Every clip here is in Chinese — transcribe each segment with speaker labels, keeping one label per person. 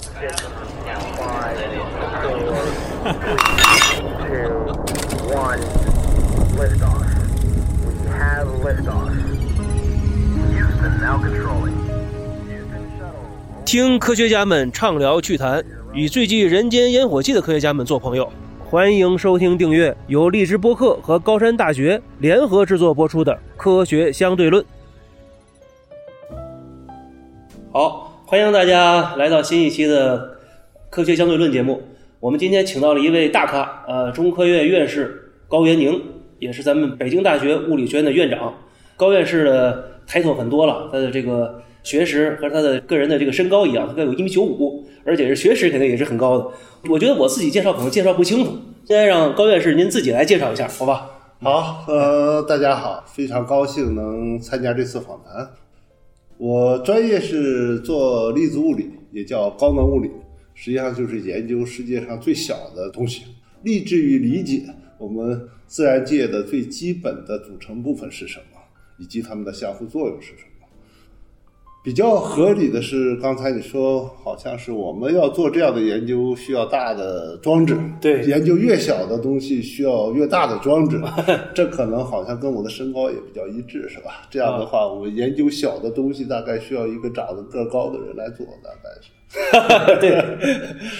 Speaker 1: six, five, four, three, two, one. Liftoff. We have liftoff. Houston now controlling. Houston shuttle.
Speaker 2: 听科学家们畅聊趣谈，与最具人间烟火气的科学家们做朋友。欢迎收听订阅由荔枝播客和高山大学联合制作播出的《科学相对论》。好，欢迎大家来到新一期的《科学相对论》节目。我们今天请到了一位大咖，呃，中科院院士高元宁，也是咱们北京大学物理学院的院长。高院士的抬头很多了，他的这个学识和他的个人的这个身高一样，他大概有一米九五，而且是学识肯定也是很高的。我觉得我自己介绍可能介绍不清楚，现在让高院士您自己来介绍一下，好吧？
Speaker 3: 好，呃，大家好，非常高兴能参加这次访谈。我专业是做粒子物理，也叫高能物理，实际上就是研究世界上最小的东西，立志于理解我们自然界的最基本的组成部分是什么，以及它们的相互作用是什么。比较合理的是，刚才你说好像是我们要做这样的研究，需要大的装置。
Speaker 2: 对
Speaker 3: 研究越小的东西需要越大的装置，这可能好像跟我的身高也比较一致，是吧？这样的话，我们研究小的东西大概需要一个长得个儿高的人来做，大概是。
Speaker 2: 对，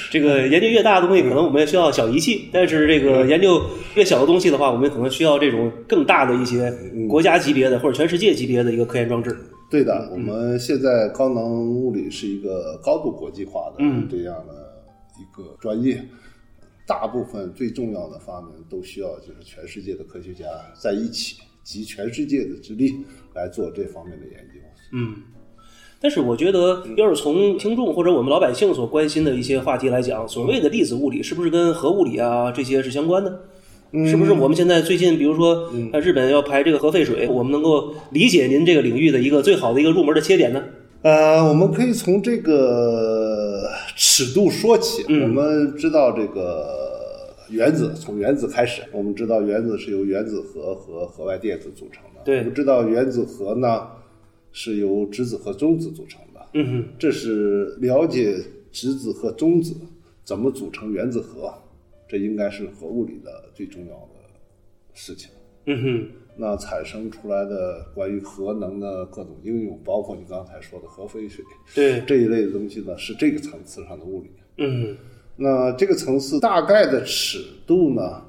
Speaker 2: 这个研究越大的东西，可能我们也需要小仪器；但是这个研究越小的东西的话，我们可能需要这种更大的一些国家级别的或者全世界级别的一个科研装置。
Speaker 3: 对的，我们现在高能物理是一个高度国际化的
Speaker 2: 嗯
Speaker 3: 这样的一个专业，大部分最重要的发明都需要就是全世界的科学家在一起，集全世界的之力来做这方面的研究。
Speaker 2: 嗯，但是我觉得，要是从听众或者我们老百姓所关心的一些话题来讲，所谓的粒子物理是不是跟核物理啊这些是相关的？是不是我们现在最近，比如说，呃日本要排这个核废水，我们能够理解您这个领域的一个最好的一个入门的切点呢？
Speaker 3: 呃，我们可以从这个尺度说起。啊
Speaker 2: 嗯
Speaker 3: 我们知道这个原子，从原子开始，我们知道原子是由原子核和核外电子组成的。
Speaker 2: 对
Speaker 3: 我们知道原子核呢是由质子和中子组成的。
Speaker 2: 嗯哼，
Speaker 3: 这是了解质子和中子怎么组成原子核，这应该是核物理的最重要的事情。
Speaker 2: 嗯哼，
Speaker 3: 那产生出来的关于核能的各种应用，包括你刚才说的核废水，
Speaker 2: 对，
Speaker 3: 这一类的东西呢，是这个层次上的物理。
Speaker 2: 嗯
Speaker 3: 那这个层次大概的尺度呢，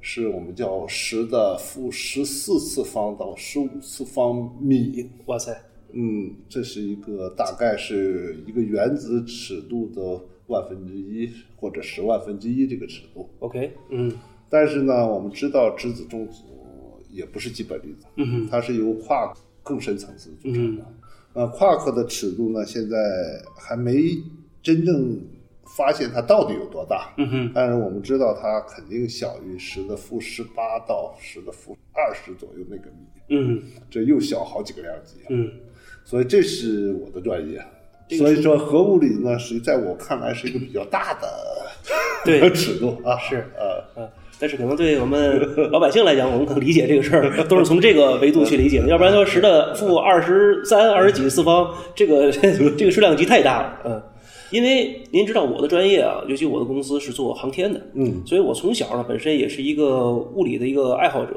Speaker 3: 是我们叫十的负十四次方到十五次方米。
Speaker 2: 哼，哇塞，
Speaker 3: 嗯，这是一个大概是一个原子尺度的万分之一或者十万分之一这个尺度。
Speaker 2: OK，嗯
Speaker 3: 但是呢，我们知道质子、中子也不是基本粒子，
Speaker 2: 嗯
Speaker 3: 它是由夸克更深层次组成的。那夸克的尺度呢，现在还没真正发现它到底有多大，
Speaker 2: 嗯哼，
Speaker 3: 但是我们知道它肯定小于十的负十八到十的负二十左右那个米，
Speaker 2: 嗯
Speaker 3: 这又小好几个量级。啊
Speaker 2: 嗯
Speaker 3: 所以这是我的专业。啊
Speaker 2: 这
Speaker 3: 所
Speaker 2: 个是
Speaker 3: 以说，核物理呢，实际在我看来是一个比较大的
Speaker 2: 对
Speaker 3: 尺度啊，
Speaker 2: 是
Speaker 3: 呃，
Speaker 2: 啊，但是可能对我们 老百姓来讲，我们可能理解这个事儿都是从这个维度去理解的，要不然说十的负二十三、二十几次方，这个 这个数量级太大了，嗯。因为您知道我的专业啊，尤其我的公司是做航天的，
Speaker 3: 嗯，
Speaker 2: 所以我从小呢本身也是一个物理的一个爱好者。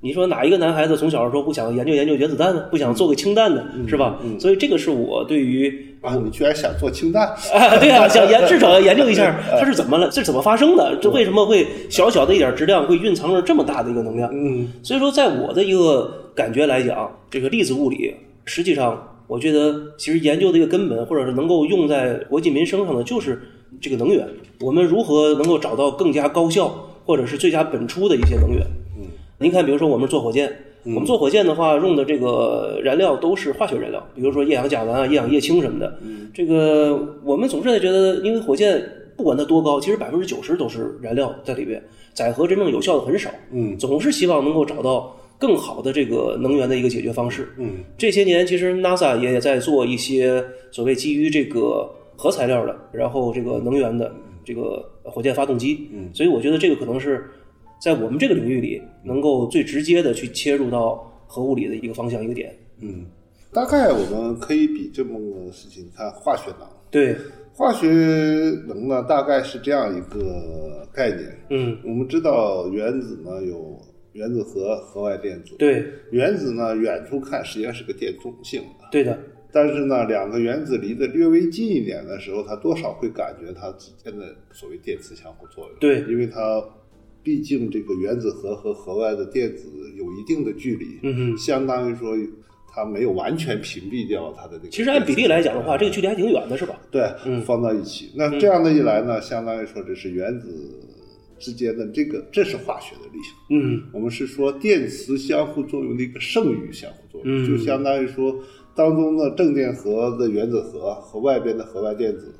Speaker 2: 你说哪一个男孩子从小说不想研究研究原子弹呢？不想做个氢弹呢？是吧？所以这个是我对于
Speaker 3: 啊，你居然想做氢弹？
Speaker 2: 啊， 对啊，想研至少要研究一下它是怎么了，这是怎么发生的？这为什么会小小的一点质量会蕴藏着这么大的一个能量？
Speaker 3: 嗯，
Speaker 2: 所以说，在我的一个感觉来讲，这个粒子物理实际上，我觉得其实研究的一个根本，或者是能够用在国计民生上的，就是这个能源。我们如何能够找到更加高效或者是最佳本初的一些能源？嗯，您看，比如说我们做火箭。我们做火箭的话，用的这个燃料都是化学燃料，比如说液氧甲烷啊、液氧液氢什么的。这个我们总是在觉得，因为火箭不管它多高，其实百分之九十都是燃料在里边，载荷真正有效的很少。
Speaker 3: 嗯
Speaker 2: 总是希望能够找到更好的这个能源的一个解决方式。
Speaker 3: 嗯
Speaker 2: 这些年，其实 NASA 也在做一些所谓基于这个核材料的，然后这个能源的这个火箭发动机。
Speaker 3: 嗯
Speaker 2: 所以我觉得这个可能是在我们这个领域里能够最直接的去切入到核物理的一个方向一个点。
Speaker 3: 嗯，大概我们可以比这么个事情，你看化学能，
Speaker 2: 对，
Speaker 3: 化学能呢，大概是这样一个概念。
Speaker 2: 嗯，
Speaker 3: 我们知道原子呢有原子核、核外电子。，
Speaker 2: 对，
Speaker 3: 原子呢远处看实际上是个电中性的，
Speaker 2: 对的，
Speaker 3: 但是呢，两个原子离得略微近一点的时候，它多少会感觉它之间的所谓电磁相互作用。
Speaker 2: 对
Speaker 3: 因为它毕竟这个原子核和核外的电子有一定的距离，
Speaker 2: 嗯哼。
Speaker 3: 相当于说它没有完全屏蔽掉它的那个电磁。
Speaker 2: 其实按比例来讲的话，这个距
Speaker 3: 离
Speaker 2: 离还挺远的，是吧？
Speaker 3: 对、
Speaker 2: 嗯
Speaker 3: 放到一起，那这样的一来呢，相当于说这是原子之间的这个，这是化学的力。
Speaker 2: 嗯，
Speaker 3: 我们是说电磁相互作用的一个剩余相互作用，
Speaker 2: 嗯
Speaker 3: 就相当于说当中的正电荷的原子核和外边的核外电子，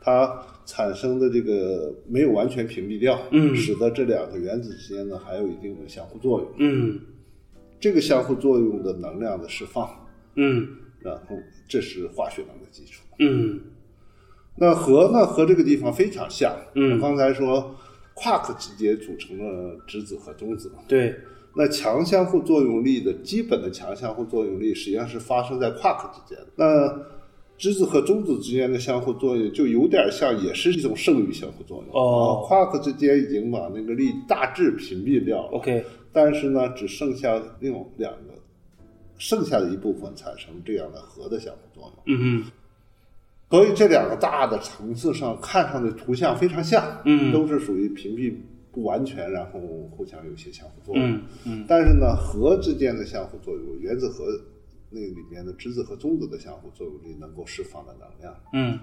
Speaker 3: 它产生的这个没有完全屏蔽掉，
Speaker 2: 嗯
Speaker 3: 使得这两个原子之间呢还有一定的相互作用。
Speaker 2: 嗯，
Speaker 3: 这个相互作用的能量的释放，
Speaker 2: 嗯，
Speaker 3: 然后这是化学能的基础。
Speaker 2: 嗯，
Speaker 3: 那核呢和这个地方非常像，
Speaker 2: 嗯
Speaker 3: 我刚才说。夸克之间组成了质子和中子，
Speaker 2: 对，
Speaker 3: 那强相互作用力的基本的强相互作用力，实际上是发生在夸克之间的。那质子和中子之间的相互作用，就有点像，也是一种剩余相互作用。
Speaker 2: 哦
Speaker 3: 啊夸克之间已经把那个力大致屏蔽掉了。
Speaker 2: OK，
Speaker 3: 但是呢，只剩下另两个，剩下的一部分产生这样的核的相互作用。
Speaker 2: 嗯哼，
Speaker 3: 所以这两个大的层次上看上的图像非常像，
Speaker 2: 嗯
Speaker 3: 都是属于屏蔽不完全，然后互相有些相互作用。
Speaker 2: 嗯，嗯，
Speaker 3: 但是呢，核之间的相互作用，原子核那里面的质子和中子的相互作用力能够释放的能量，
Speaker 2: 嗯，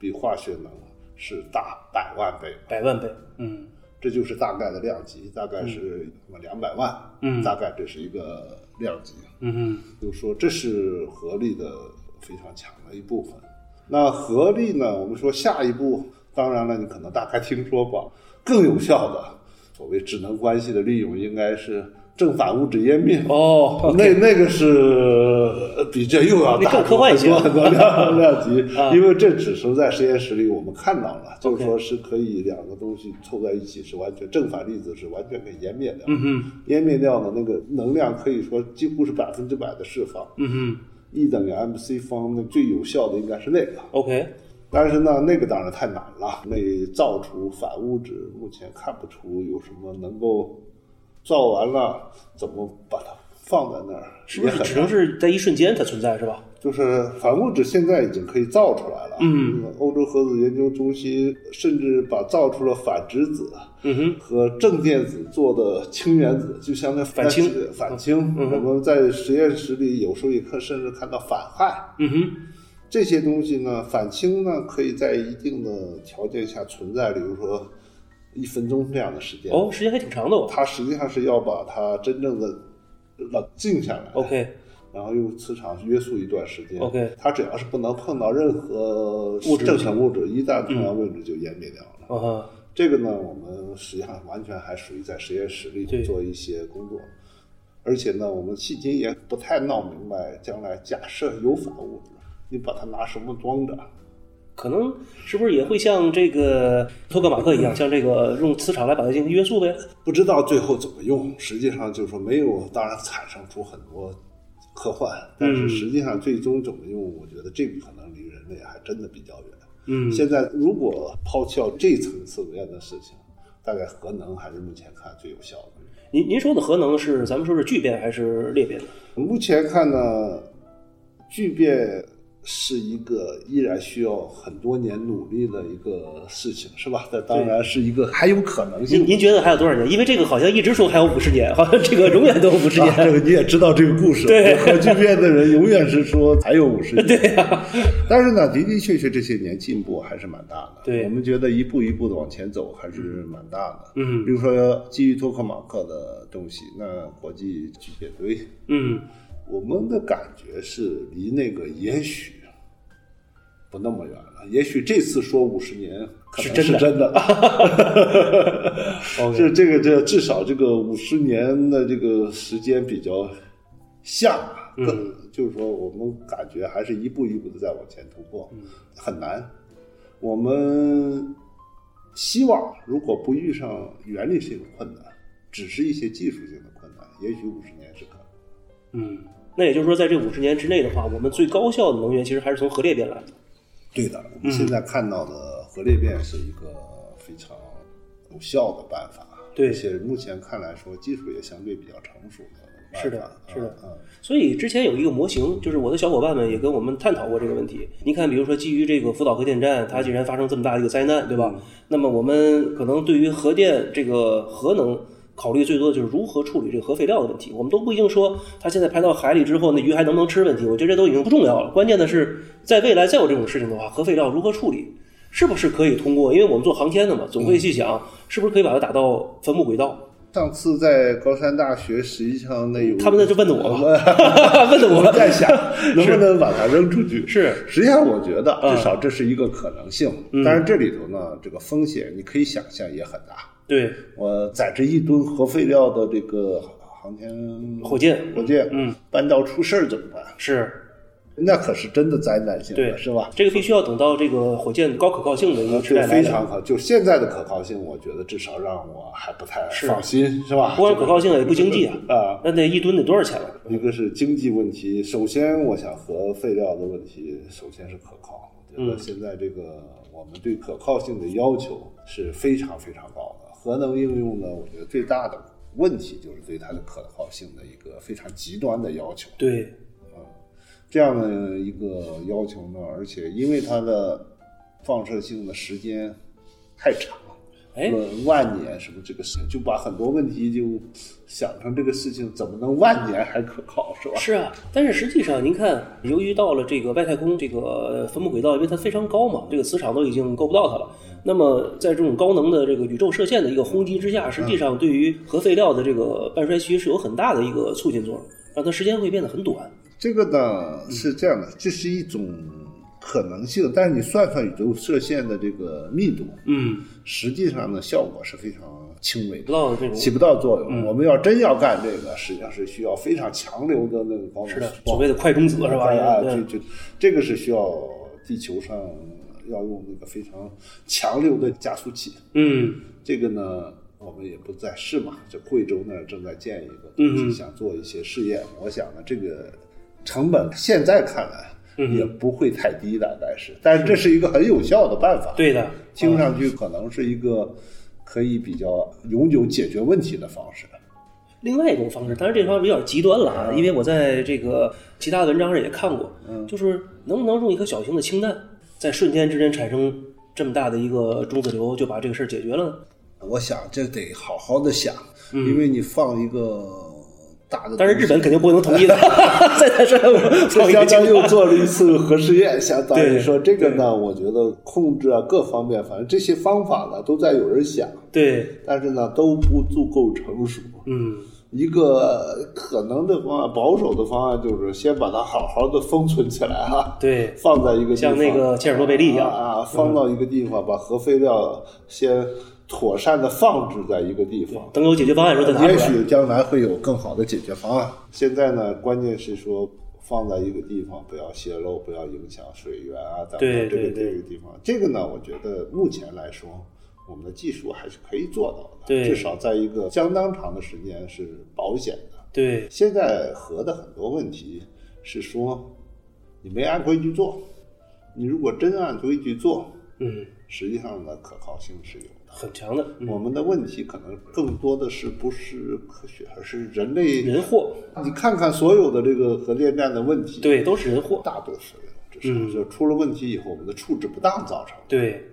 Speaker 3: 比化学能是大百万倍，
Speaker 2: 百万倍，嗯，
Speaker 3: 这就是大概的量级，大概是什么两百万，
Speaker 2: 嗯
Speaker 3: 大概这是一个量级，
Speaker 2: 嗯哼，
Speaker 3: 就说这是合力的非常强的一部分。那合力呢，我们说下一步，当然了，你可能大概听说过，更有效的所谓质能关系的利用，应该是正反物质湮灭。
Speaker 2: 哦
Speaker 3: 那
Speaker 2: ，OK，
Speaker 3: 那个是呃比这又要
Speaker 2: 那
Speaker 3: 大
Speaker 2: 更科幻一些
Speaker 3: 很多很多量量级，
Speaker 2: 啊
Speaker 3: 因为这只是在实验室里我们看到了，就是
Speaker 2: OK
Speaker 3: 说是可以两个东西凑在一起是完全正反粒子是完全可以湮灭掉，
Speaker 2: 嗯哼，
Speaker 3: 湮灭掉的那个能量可以说几乎是百分之百的释放
Speaker 2: 嗯哼
Speaker 3: ，E 等于 mc 方的最有效的应该是那个，
Speaker 2: ，OK，
Speaker 3: 但是呢，那个当然太难了，那造出反物质目前看不出有什么能够造完了怎么把它放在那儿，
Speaker 2: 是不
Speaker 3: 也
Speaker 2: 是
Speaker 3: 很
Speaker 2: 只能是在一瞬间它存在，是吧？
Speaker 3: 就是反物质现在已经可以造出来了。啊
Speaker 2: 嗯，
Speaker 3: 欧洲核子研究中心甚至把造出了反质子
Speaker 2: 嗯哼，
Speaker 3: 和正电子做的氢原子，就相当于
Speaker 2: 反氢
Speaker 3: 那是反氢。
Speaker 2: 嗯
Speaker 3: 我们在实验室里有时候也看，甚至看到反氦
Speaker 2: 嗯哼，
Speaker 3: 这些东西呢。反氢呢，可以在一定的条件下存在，比如说一分钟这样的时间。
Speaker 2: 哦，时间还挺长的哦
Speaker 3: 它实际上是要把它真正的冷静下来。
Speaker 2: ，OK，
Speaker 3: 然后用磁场约束一段时间。
Speaker 2: OK
Speaker 3: 它只要是不能碰到任何
Speaker 2: 物质嗯
Speaker 3: 正常物质，一旦碰到物质就湮灭掉了。
Speaker 2: 啊哈，
Speaker 3: 这个呢，我们实际上完全还属于在实验室里
Speaker 2: 对
Speaker 3: 做一些工作，而且呢，我们迄今也不太闹明白，将来假设有反物质，你把它拿什么装着？
Speaker 2: 可能是不是也会像这个托克马克一样，像这个用磁场来把它进行约束呗？
Speaker 3: 不知道最后怎么用。实际上就是说没有，当然产生出很多科幻，但是实际上最终怎么用，我觉得这个可能离人类还真的比较远。
Speaker 2: 嗯
Speaker 3: 现在如果抛掉这层次面的事情，大概核能还是目前看最有效的。
Speaker 2: 您您说的核能是咱们说是聚变还是裂变的？
Speaker 3: 目前看呢，聚变是一个依然需要很多年努力的一个事情，是吧？这当然是一个还有可能性
Speaker 2: 您
Speaker 3: 的。
Speaker 2: 您觉得还有多少年？因为这个好像一直说还有五十年，好像这个永远都有五十
Speaker 3: 啊，这
Speaker 2: 年。
Speaker 3: 个你也知道这个故事，
Speaker 2: 对
Speaker 3: 核聚变的人永远是说才有五十年，对但是呢，的的确确这些年进步还是蛮大的，
Speaker 2: 对
Speaker 3: 我们觉得一步一步的往前走还是蛮大的，
Speaker 2: 嗯
Speaker 3: 比如说基于托克马克的东西，那国际巨蟹堆，
Speaker 2: 嗯
Speaker 3: 我们的感觉是离那个也许不那么远了，也许这次说五十年可能
Speaker 2: 是真的
Speaker 3: 是真的 了。
Speaker 2: ，OK，
Speaker 3: 这这个这至少这个五十年的这个时间比较像，啊更、
Speaker 2: 嗯
Speaker 3: 就是说我们感觉还是一步一步的在往前突破，
Speaker 2: 嗯
Speaker 3: 很难。我们希望如果不遇上原理性的困难，只是一些技术性的困难，也许五十年是可能。
Speaker 2: 嗯，那也就是说，在这五十年之内的话，我们最高效的能源其实还是从核裂变来的。
Speaker 3: 对的，我们现在看到的核裂变是一个非常有效的办法，啊
Speaker 2: 对
Speaker 3: 而且目前看来说技术也相对比较成熟的办法。
Speaker 2: 是的是的
Speaker 3: 嗯，嗯
Speaker 2: 所以之前有一个模型，就是我的小伙伴们也跟我们探讨过这个问题。你看，比如说基于这个福岛核电站，它既然发生这么大的一个灾难，对吧？那么我们可能对于核电这个核能。考虑最多的就是如何处理这个核废料的问题。我们都不一定说它现在排到海里之后，那鱼还能不能吃问题，我觉得这都已经不重要了。关键的是，在未来再有这种事情的话，核废料如何处理，是不是可以通过？因为我们做航天的嘛，总会细想，是不是可以把它打到坟墓轨道？
Speaker 3: 上次在高山大学，实际上那有
Speaker 2: 嗯他们那就问的我嘛， 问的我
Speaker 3: 在想能不能把它扔出去。
Speaker 2: 是嗯
Speaker 3: 实际上我觉得至少这是一个可能性。当然这里头呢，这个风险你可以想象也很大。
Speaker 2: 对，
Speaker 3: 我载着一吨核废料的这个航天
Speaker 2: 火箭
Speaker 3: 火箭，
Speaker 2: 嗯，
Speaker 3: 搬到出事儿怎么办？
Speaker 2: 是
Speaker 3: 那可是真的灾难性
Speaker 2: 对
Speaker 3: 了，是吧？
Speaker 2: 这个必须要等到这个火箭高可靠性的一个时
Speaker 3: 就
Speaker 2: 代来
Speaker 3: 非
Speaker 2: 临。
Speaker 3: 常可，就现在的可靠性，我觉得至少让我还不太放心，是吧？
Speaker 2: 不光可靠性也不经济啊，
Speaker 3: 啊，
Speaker 2: 那得一吨得多少钱了？
Speaker 3: 一个是经济问题，首先我想核废料的问题，首先是可靠。我觉得现在这个我们对可靠性的要求是非常非常高的。核能应用呢，我觉得最大的问题就是对它的可靠性的一个非常极端的要求。
Speaker 2: 对，
Speaker 3: 这样的一个要求呢，而且因为它的放射性的时间太长，
Speaker 2: 哎，
Speaker 3: 论万年什么这个事情，就把很多问题就想成这个事情怎么能万年还可靠是吧？
Speaker 2: 是啊，但是实际上您看，由于到了这个外太空这个分布轨道，因为它非常高嘛，这个磁场都已经够不到它了。那么在这种高能的这个宇宙射线的一个轰击之下，实
Speaker 3: 嗯
Speaker 2: 际上对于核废料的这个半衰期是有很大的一个促进作用，让它时间会变得很短。
Speaker 3: 这个呢是这样的，这是一种可能性，但是你算算宇宙射线的这个密度，
Speaker 2: 嗯，
Speaker 3: 实际上呢效果是非常轻微
Speaker 2: 不
Speaker 3: 的。
Speaker 2: 到这种
Speaker 3: 起不到作
Speaker 2: 嗯
Speaker 3: 用。我们要真要干这个，实际上是需要非常强流的那个高能
Speaker 2: 是的
Speaker 3: 光
Speaker 2: 所谓的快中子是吧？嗯
Speaker 3: 啊，
Speaker 2: 对
Speaker 3: 就就这个是需要地球上要用那个非常强流的加速器。
Speaker 2: 嗯，
Speaker 3: 这个呢，我们也不在试嘛，这贵州那儿正在建一个
Speaker 2: 嗯
Speaker 3: 东西，想做一些试验。我想呢，这个成本现在看来。
Speaker 2: 嗯
Speaker 3: 也不会太低，大概是，但是这是一个很有效的办法。
Speaker 2: 对的，
Speaker 3: 听上去可能是一个可以比较永久解决问题的方式。
Speaker 2: 另外一种方式，当然这方面有点极端了
Speaker 3: 嗯
Speaker 2: 啊，因为我在这个其他文章上也看过，就是能不能用一颗小型的氢弹，在瞬间之间产生这么大的一个中子流，就把这个事儿解决了呢？
Speaker 3: 我想这得好好的想，因为你放一个大
Speaker 2: 当
Speaker 3: 的东西，
Speaker 2: 嗯然，日本肯定不能同意的， 在他身上放
Speaker 3: 这
Speaker 2: 一个
Speaker 3: 相当
Speaker 2: 氢
Speaker 3: 于
Speaker 2: 弹
Speaker 3: 又做了一次核试验，相当于
Speaker 2: 对
Speaker 3: 说这个呢，我觉得控制啊各方面，反正这些方法呢都在有人想，
Speaker 2: 对，
Speaker 3: 但是呢都不足够成熟。
Speaker 2: 嗯，
Speaker 3: 一个可能的方案，保守的方案就是先把它好好的封存起来哈、
Speaker 2: 对，
Speaker 3: 放在一个地
Speaker 2: 像那
Speaker 3: 方
Speaker 2: 个切尔诺贝利一样
Speaker 3: 啊啊，放到一个地方，把核废料先妥善的放置在一个地方。
Speaker 2: 等有解决方案的时候再拿
Speaker 3: 也
Speaker 2: 出来。
Speaker 3: 许将来会有更好的解决方案。现在呢，关键是说放在一个地方，不要泄漏，不要影响水源啊，等
Speaker 2: 对
Speaker 3: 等这个
Speaker 2: 对对
Speaker 3: 这个地方。这个呢，我觉得目前来说，我们的技术还是可以做到的，
Speaker 2: 对
Speaker 3: 至少在一个相当长的时间是保险的。
Speaker 2: 对，
Speaker 3: 现在核的很多问题是说，你没按规矩做，你如果真按规矩做，
Speaker 2: 嗯，
Speaker 3: 实际上呢，可靠性是有的。
Speaker 2: 很强的，嗯
Speaker 3: 我们的问题可能更多的是不是科学，而是人类。
Speaker 2: 人祸，
Speaker 3: 你看看所有的这个核电站的问题，，
Speaker 2: 对，都是人祸，
Speaker 3: 大多数只
Speaker 2: 嗯
Speaker 3: 是就出了问题以后，我们的处置不当造成。的。
Speaker 2: 对，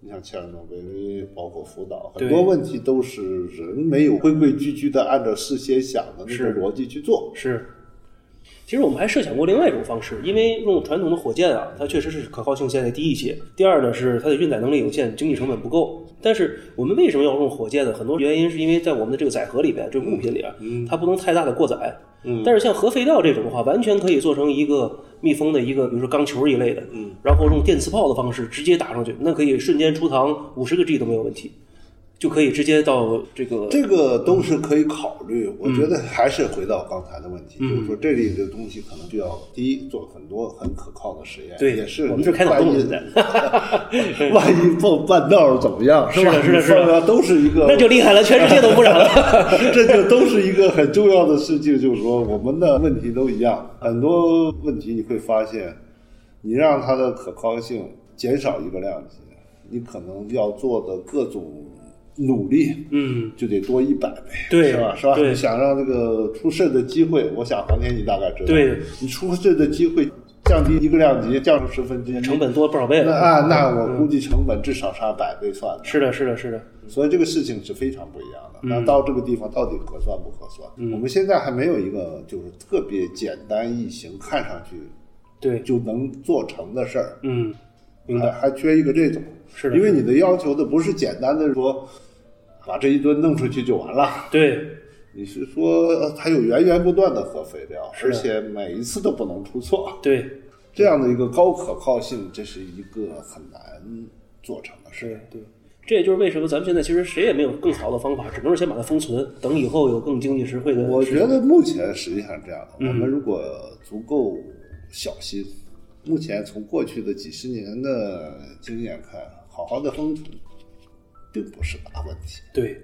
Speaker 3: 你像切尔诺贝利，包括福岛，
Speaker 2: 对
Speaker 3: 很多问题都是人没有规规矩矩的按照事先想的那个
Speaker 2: 是
Speaker 3: 逻辑去做。
Speaker 2: 是。其实我们还设想过另外一种方式，因为用传统的火箭啊，它确实是可靠性相对低一些。第二呢，是它的运载能力有限，经济成本不够。但是我们为什么要用火箭呢？很多原因是因为在我们的这个载荷里边，这个物品里边，
Speaker 3: 嗯
Speaker 2: 它不能太大的过载。但是像核废料这种的话，完全可以做成一个密封的一个，比如说钢球一类的，
Speaker 3: 嗯
Speaker 2: 然后用电磁炮的方式直接打上去，那可以瞬间出膛五十个 G 都没有问题，就可以直接到这个
Speaker 3: 这个都是可以考虑。
Speaker 2: 嗯
Speaker 3: 我觉得还是回到刚才的问题，就是说这里的东西可能就要第一做很多很可靠的实验，
Speaker 2: 对
Speaker 3: 也是
Speaker 2: 我们这开脑洞了现在
Speaker 3: 在， 万一碰半道儿怎么样？吧？
Speaker 2: 是的是的是的
Speaker 3: 你碰到都是一个，
Speaker 2: 那 就厉害了，全世界都不染了。
Speaker 3: 呃这就都是一个很重要的事情，就是说我们的问题都一样，很多问题你会发现，你让它的可靠性减少一个量级，你可能要做的各种努力
Speaker 2: 嗯，
Speaker 3: 就得多一百倍，
Speaker 2: 对
Speaker 3: 是吧？是吧？
Speaker 2: 对
Speaker 3: 你想让这个出事的机会，我想黄天你大概知道，
Speaker 2: 对，
Speaker 3: 你出事的机会降低一个量级，降出十分之一，
Speaker 2: 成本嗯多不少倍
Speaker 3: 那
Speaker 2: 了。
Speaker 3: 啊，那我估计成本至少上百倍算了。
Speaker 2: 是的，是的，是的，
Speaker 3: 所以这个事情是非常不一样的。
Speaker 2: 嗯
Speaker 3: 那到这个地方到底合算不合算？我们现在还没有一个就是特别简单易行，看上去
Speaker 2: 对，
Speaker 3: 就能做成的事儿，
Speaker 2: 嗯，明
Speaker 3: 还
Speaker 2: 白。
Speaker 3: 还缺一个这种。
Speaker 2: 是的
Speaker 3: 因为你的要求的不是简单的说把这一吨弄出去就完了，
Speaker 2: 对，
Speaker 3: 你是说呃它有源源不断的核废料，
Speaker 2: 是
Speaker 3: 而
Speaker 2: 的
Speaker 3: 且每一次都不能出错，
Speaker 2: 对，
Speaker 3: 这样的一个高可靠性，这是一个很难做成的事儿。
Speaker 2: 对对，这也就是为什么咱们现在其实谁也没有更好的方法，只能是先把它封存，等以后有更经济实惠的。
Speaker 3: 我觉得目前实际上是这样的，我们如果足够小心，目前从过去的几十年的经验看，好好的封存并不是大问题。
Speaker 2: 对，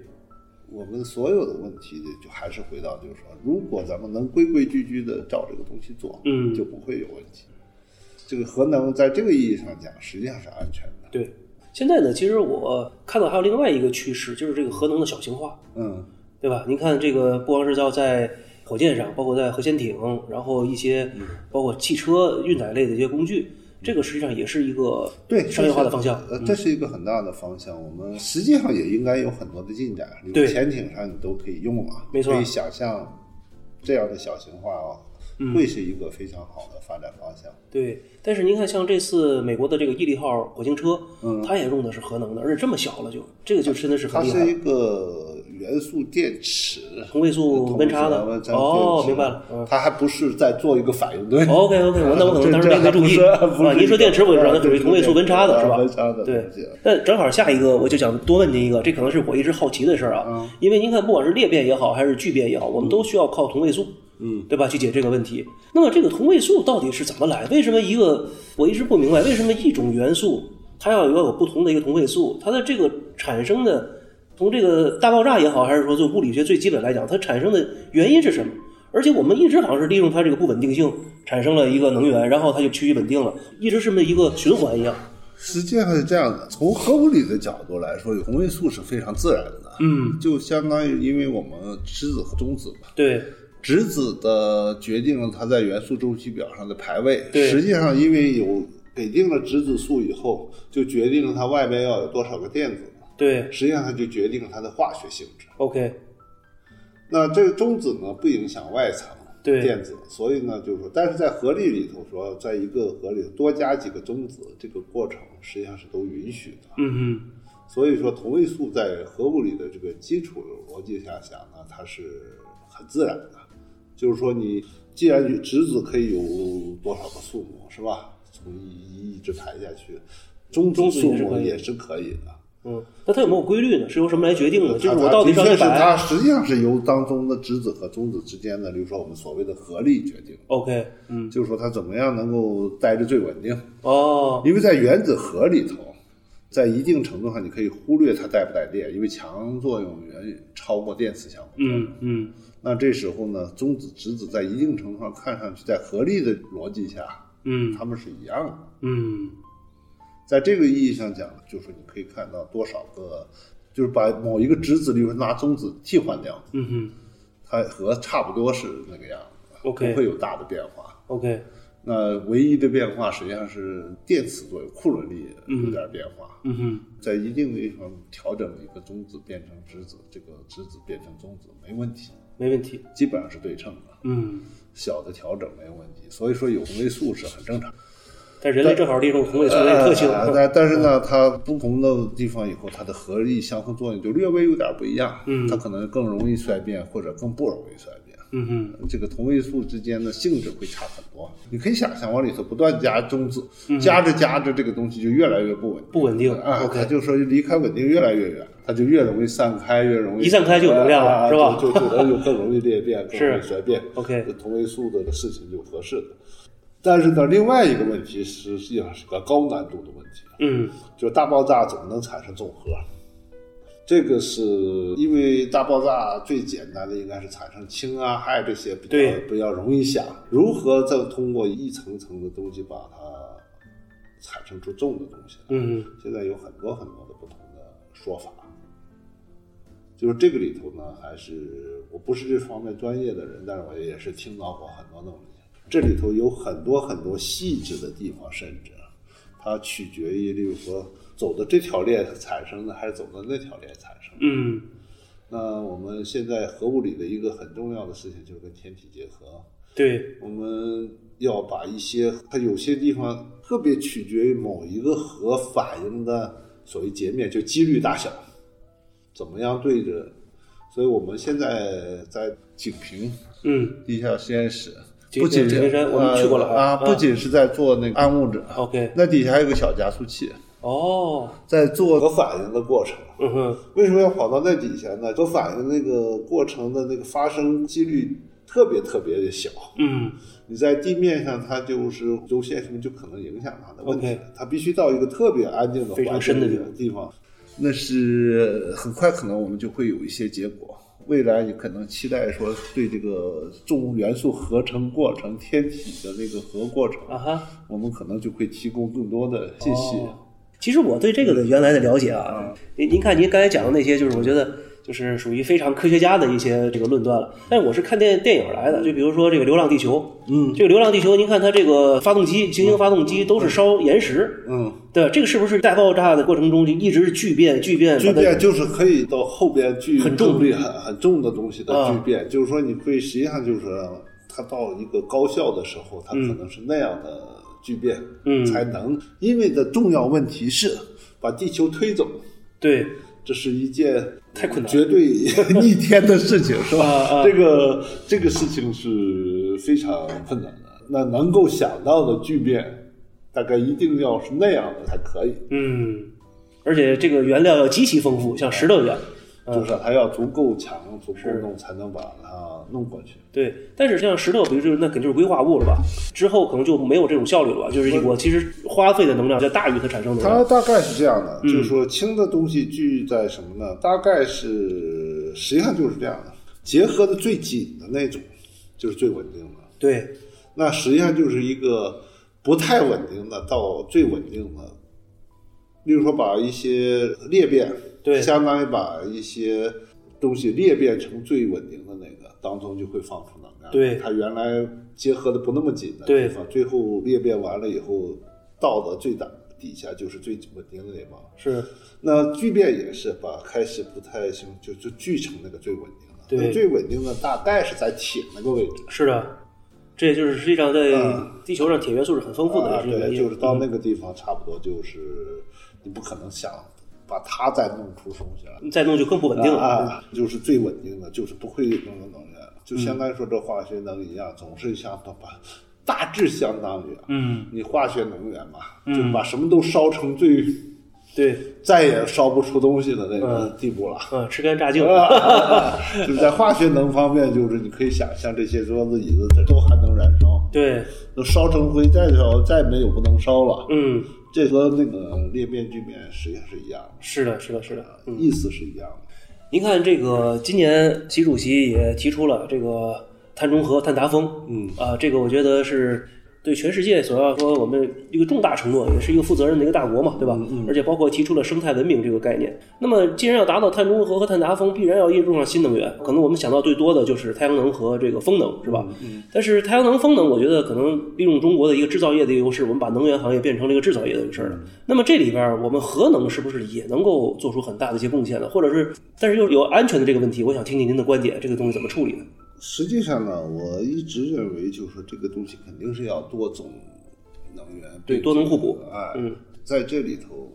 Speaker 3: 我们所有的问题就还是回到，就是说，如果咱们能规规矩矩的照这个东西做，
Speaker 2: 嗯
Speaker 3: 就不会有问题。这个核能在这个意义上讲，实际上是安全的。
Speaker 2: 对。现在呢，其实我看到还有另外一个趋势，就是这个核能的小型化。
Speaker 3: 嗯，
Speaker 2: 对吧？您看这个不光是要在火箭上，包括在核潜艇，然后一些
Speaker 3: 嗯
Speaker 2: 包括汽车运载类的一些工具，这个实际上也是一个
Speaker 3: 对，
Speaker 2: 商业化的方向。嗯
Speaker 3: 呃，这是一个很大的方向。我们实际上也应该有很多的进展，比如
Speaker 2: 对
Speaker 3: 潜艇上你都可以用了，
Speaker 2: 没错
Speaker 3: 可以想象这样的小型化啊，
Speaker 2: 嗯
Speaker 3: 会是一个非常好的发展方向。
Speaker 2: 对，但是您看，像这次美国的这个毅力号火星车，
Speaker 3: 嗯
Speaker 2: 它也用的是核能的，而且这么小了就，这个就真的是
Speaker 3: 它
Speaker 2: 很厉
Speaker 3: 是
Speaker 2: 害
Speaker 3: 一。个元素电池，
Speaker 2: 同位素温差的
Speaker 3: 同位素
Speaker 2: 哦
Speaker 3: 电，池
Speaker 2: 明白了。哦嗯
Speaker 3: 它还不是在做一个反应堆。
Speaker 2: OK OK，我那我可能当时
Speaker 3: 这
Speaker 2: 没没注意
Speaker 3: 这还 不是
Speaker 2: 啊。您说电池，我就知道它属于同位素温差的是吧？
Speaker 3: 温差的
Speaker 2: 对
Speaker 3: 东西，
Speaker 2: 那正好下一个，我就想多问您一个，这可能是我一直好奇的事儿啊。因为您看，不管是裂变也好，还是聚变也好，我们都需要靠同位素，嗯，对吧？去解这个问题。那么这个同位素到底是怎么来？为什么一个我一直不明白，为什么一种元素它要要有不同的一个同位素？它的这个产生的，从这个大爆炸也好，还是说就物理学最基本来讲，它产生的原因是什么？而且我们一直好像是利用它这个不稳定性产生了一个能源，然后它就趋于稳定了，一直是这么一个循环一样。
Speaker 3: 实际上是这样的，从核物理的角度来说，同位素是非常自然的。
Speaker 2: 嗯，
Speaker 3: 就相当于，因为我们质子和中子嘛，
Speaker 2: 对，
Speaker 3: 质子的决定了它在元素周期表上的排位。
Speaker 2: 对
Speaker 3: 实际上因为有给定了质子数以后，就决定了它外边要有多少个电子，
Speaker 2: 对
Speaker 3: 实际上它就决定了它的化学性质。
Speaker 2: ，OK，
Speaker 3: 那这个中子呢，不影响外层
Speaker 2: 对
Speaker 3: 电子，所以呢，就是说，但是在合力里头说，在一个合力多加几个中子，这个过程实际上是都允许的。
Speaker 2: 嗯嗯，
Speaker 3: 所以说，同位素在核物理的这个基础逻辑下讲呢，它是很自然的。就是说，你既然质子可以有多少个数目，是吧？从一一直排下去，中
Speaker 2: 中子
Speaker 3: 子
Speaker 2: 也
Speaker 3: 数
Speaker 2: 是
Speaker 3: 目
Speaker 2: 可以
Speaker 3: 也是可以的。
Speaker 2: 嗯，那它有没有规律呢？是由什么来决定的？就
Speaker 3: 它
Speaker 2: 是我
Speaker 3: 它
Speaker 2: 到底
Speaker 3: 啊
Speaker 2: 上一
Speaker 3: 的确是它
Speaker 2: 百
Speaker 3: 实际上是由当中的质子和中子之间的，比如说我们所谓的合力决定，
Speaker 2: ？OK，嗯，
Speaker 3: 就是说它怎么样能够待着最稳定。
Speaker 2: 哦，
Speaker 3: 因为在原子核里头，在一定程度上你可以忽略它带不带电，因为强作用远超过电磁强作用。
Speaker 2: 嗯嗯，
Speaker 3: 那这时候呢，中子质子在一定程度上看上去在合力的逻辑下，
Speaker 2: 嗯
Speaker 3: 它们是一样的。
Speaker 2: 嗯，
Speaker 3: 在这个意义上讲，就是你可以看到多少个，就是把某一个质子，例如拿中子替换掉，
Speaker 2: 嗯哼
Speaker 3: 它和差不多是那个样子，不
Speaker 2: OK
Speaker 3: 会有大的变化。
Speaker 2: ，OK，
Speaker 3: 那唯一的变化实际上是电磁作用，库仑力有点变化。
Speaker 2: 嗯哼，
Speaker 3: 在一定的地方调整一个中子变成质子，这个质子变成中子没问题，
Speaker 2: 没问题，
Speaker 3: 基本上是对称的，
Speaker 2: 嗯，
Speaker 3: 小的调整没有问题。所以说有同位素是很正常的。
Speaker 2: 但人类正好利用同位素的特性，嗯
Speaker 3: 呃但但是呢，它不同的地方以后，它的合力相互作用就略微有点不一样，
Speaker 2: 嗯
Speaker 3: 它可能更容易衰变或者更不容易衰变。
Speaker 2: 嗯哼，
Speaker 3: 这个同位素之间的性质会差很多，你可以想象往里头不断加中子，加着加着这个东西就越来越不稳定。
Speaker 2: 嗯不稳定
Speaker 3: 啊，它
Speaker 2: ，OK，
Speaker 3: 就说离开稳定越来越远，它就越容易散开，越容易
Speaker 2: 一散开就有能量了
Speaker 3: 啊
Speaker 2: 是吧
Speaker 3: 就就就就更容易 裂变，更
Speaker 2: 是
Speaker 3: 容易衰变。
Speaker 2: OK
Speaker 3: 这同位素的事情就合适的。但是呢，另外一个问题实际上是个高难度的问题，啊
Speaker 2: 嗯，
Speaker 3: 就是大爆炸怎么能产生总和？这个是因为大爆炸最简单的应该是产生氢啊、氦这些比较
Speaker 2: 对
Speaker 3: 比较容易想，如何再通过一层层的东西把它产生出重的东西来。
Speaker 2: 嗯
Speaker 3: 现在有很多很多的不同的说法，就是这个里头呢，还是我不是这方面专业的人，但是我也是听到过很多那种意见，这里头有很多很多细致的地方，甚至啊它取决于，例如说走的这条链产生的，还是走的那条链产生的。
Speaker 2: 嗯
Speaker 3: 那我们现在核物理的一个很重要的事情就是跟天体结合，
Speaker 2: 对，
Speaker 3: 我们要把一些它有些地方特别取决于某一个核反应的所谓截面，就几率大小，怎么样对着。所以我们现在在景平
Speaker 2: 嗯
Speaker 3: 地下实验室，
Speaker 2: 景
Speaker 3: 不仅
Speaker 2: 景
Speaker 3: 是
Speaker 2: 平山我们
Speaker 3: 呃
Speaker 2: 去过了
Speaker 3: 啊，
Speaker 2: 啊
Speaker 3: 不仅是在做那个暗物质，
Speaker 2: ，OK，
Speaker 3: 那底下还有个小加速器，
Speaker 2: 哦，
Speaker 3: 在做核反应的过程。
Speaker 2: 嗯哼，
Speaker 3: 为什么要跑到那底下呢？核反应那个过程的那个发生几率特别特别的小。
Speaker 2: 嗯
Speaker 3: 你在地面上，它就是轴线什么就可能影响它的问题
Speaker 2: OK
Speaker 3: 它必须到一个特别安静的
Speaker 2: 非常
Speaker 3: 环
Speaker 2: 深的
Speaker 3: 境里地方，那是很快可能我们就会有一些结果。未来你可能期待说对这个重元素合成过程、天体的那个核过程，
Speaker 2: 啊哈。
Speaker 3: 我们可能就会提供更多的信息。
Speaker 2: 哦其实我对这个的原来的了解啊，
Speaker 3: 嗯
Speaker 2: 您您看您刚才讲的那些，就是我觉得就是属于非常科学家的一些这个论断了。但是我是看电电影来的，就比如说这个《流浪地球》，嗯，这个《流浪地球》，您看它这个发动机，行星发动机都是烧岩石，
Speaker 3: 嗯，
Speaker 2: 对，这个是不是在爆炸的过程中就一直是聚变、聚变、
Speaker 3: 聚
Speaker 2: 把它
Speaker 3: 变就是可以到后边聚
Speaker 2: 很重
Speaker 3: 力很很重的东西的
Speaker 2: 啊
Speaker 3: 聚变，就是说你会实际上就是它到一个高效的时候，它可能是那样的聚变，
Speaker 2: 嗯
Speaker 3: 才能。因为的重要问题是把地球推走，
Speaker 2: 对，
Speaker 3: 这是一件
Speaker 2: 太困难了
Speaker 3: 绝对 逆天的事情，是吧？
Speaker 2: 嗯啊啊
Speaker 3: 这个这个事情是非常困难的。那能够想到的聚变，大概一定要是那样的才可以。
Speaker 2: 嗯，而且这个原料要极其丰富，像石头一样，
Speaker 3: 就是它要足够强、足够弄，才能把它弄过去。
Speaker 2: 对，但是像石头，比如就是那肯定是硅化物了吧？之后可能就没有这种效率了吧？就是我其实花费的能量要大于它产生的能
Speaker 3: 它
Speaker 2: 量。
Speaker 3: 大概是这样的，就是说氢的东西聚在什么呢？大概是实际上就是这样的，结合的最紧的那种就是最稳定的，
Speaker 2: 对，
Speaker 3: 那实际上就是一个不太稳定的到最稳定的。例如说，把一些裂变，
Speaker 2: 对
Speaker 3: 相当于把一些东西裂变成最稳定的那个，当中就会放出能量。
Speaker 2: 对
Speaker 3: 它原来结合的不那么紧的
Speaker 2: 对
Speaker 3: 地方，最后裂变完了以后，到的最大底下就是最稳定的地方。
Speaker 2: 是，
Speaker 3: 那聚变也是把开始不太行，就就聚成那个最稳定的。
Speaker 2: 对
Speaker 3: 那最稳定的大概是在铁那个位置。
Speaker 2: 是的，这也就是实际上在
Speaker 3: 嗯
Speaker 2: 地球上铁元素是很丰富的，
Speaker 3: 啊，
Speaker 2: 也是原因
Speaker 3: 对，
Speaker 2: 嗯
Speaker 3: 就是到那个地方，差不多就是你不可能想把它再弄出东西来。
Speaker 2: 嗯再弄就更不稳定了。嗯
Speaker 3: 啊，就是最稳定的，就是不会弄弄东西来，就相当于说这化学能一样，总是相当把大致相当于啊，
Speaker 2: 嗯，
Speaker 3: 你化学能源嘛，就是把什么都烧成最
Speaker 2: 对，
Speaker 3: 再也烧不出东西的那个地步了。
Speaker 2: 嗯，吃干榨净，
Speaker 3: 啊，就是在化学能方面，就是你可以想象这些桌子、椅子，这都还能燃烧，
Speaker 2: 对，
Speaker 3: 都烧成灰，再烧再没有不能烧了。
Speaker 2: 嗯，
Speaker 3: 这和那个裂变聚变实际上是一样
Speaker 2: 是的，是的，是
Speaker 3: 的
Speaker 2: 的。，
Speaker 3: 意思是一样的。
Speaker 2: 您看，这个今年习主席也提出了这个碳中和、碳达峰，
Speaker 3: 嗯
Speaker 2: 啊，这个我觉得是对全世界所要说我们一个重大承诺，也是一个负责任的一个大国嘛，对吧？而且包括提出了生态文明这个概念。那么，既然要达到碳中和和碳达峰，必然要引入上新能源。可能我们想到最多的就是太阳能和这个风能，是吧？但是太阳能、风能，我觉得可能利用中国的一个制造业的优势，我们把能源行业变成了一个制造业的一个事儿了。那么这里边儿，我们核能是不是也能够做出很大的一些贡献呢？或者是，但是又有安全的这个问题，我想听听您的观点，这个东西怎么处理呢？
Speaker 3: 实际上呢，我一直认为，就是说这个东西肯定是要多种能源，
Speaker 2: 对多能互补
Speaker 3: 哎，
Speaker 2: 嗯
Speaker 3: 在这里头，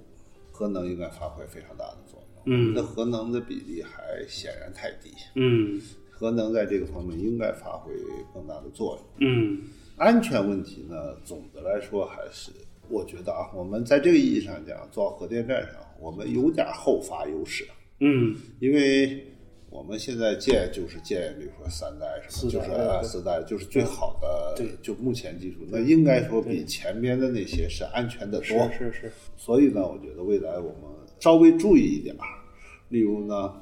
Speaker 3: 核能应该发挥非常大的作用。
Speaker 2: 嗯
Speaker 3: 那核能的比例还显然太低，
Speaker 2: 嗯
Speaker 3: 核能在这个方面应该发挥更大的作用。
Speaker 2: 嗯
Speaker 3: 安全问题呢，总的来说还是我觉得啊，我们在这个意义上讲，造核电站上，我们有点后发优势，
Speaker 2: 嗯
Speaker 3: 因为我们现在建就是建，比如说三代什
Speaker 2: 四
Speaker 3: 么，就
Speaker 2: 代
Speaker 3: 是
Speaker 2: 对嗯
Speaker 3: 呃四代就是最好的，
Speaker 2: 对，
Speaker 3: 就目前技术，那应该说比前边的那些是安全的多。
Speaker 2: 是是是，
Speaker 3: 所以呢，我觉得未来我们稍微注意一点儿，例如呢，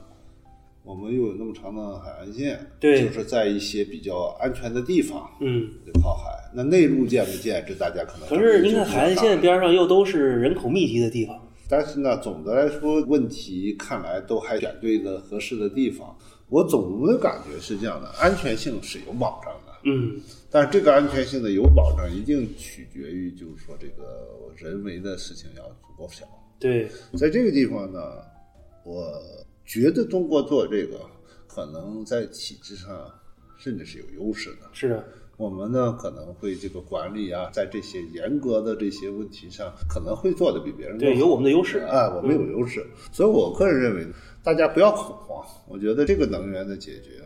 Speaker 3: 我们又有那么长的海岸线，
Speaker 2: 对
Speaker 3: 就是在一些比较安全的地方，
Speaker 2: 嗯，
Speaker 3: 得靠海。那内陆建不建，这大家可能
Speaker 2: 可是
Speaker 3: 就
Speaker 2: 您
Speaker 3: 比较
Speaker 2: 看海岸
Speaker 3: 大
Speaker 2: 线边上又都是人口密集的地方，
Speaker 3: 但是呢，总的来说，问题看来都还选对了合适的地方。我总的感觉是这样的，安全性是有保障的，
Speaker 2: 嗯，
Speaker 3: 但是这个安全性的有保障，一定取决于就是说这个人为的事情要足够小。
Speaker 2: 对，
Speaker 3: 在这个地方呢，我觉得中国做这个可能在体制上甚至是有优势的。
Speaker 2: 是的，
Speaker 3: 我们呢可能会这个管理啊，在这些严格的这些问题上，可能会做的比别人更
Speaker 2: 对，
Speaker 3: 好
Speaker 2: 有我们的优势，
Speaker 3: 啊，我们有优势，所以我个人认为，大家不要恐慌。我觉得这个能源的解决，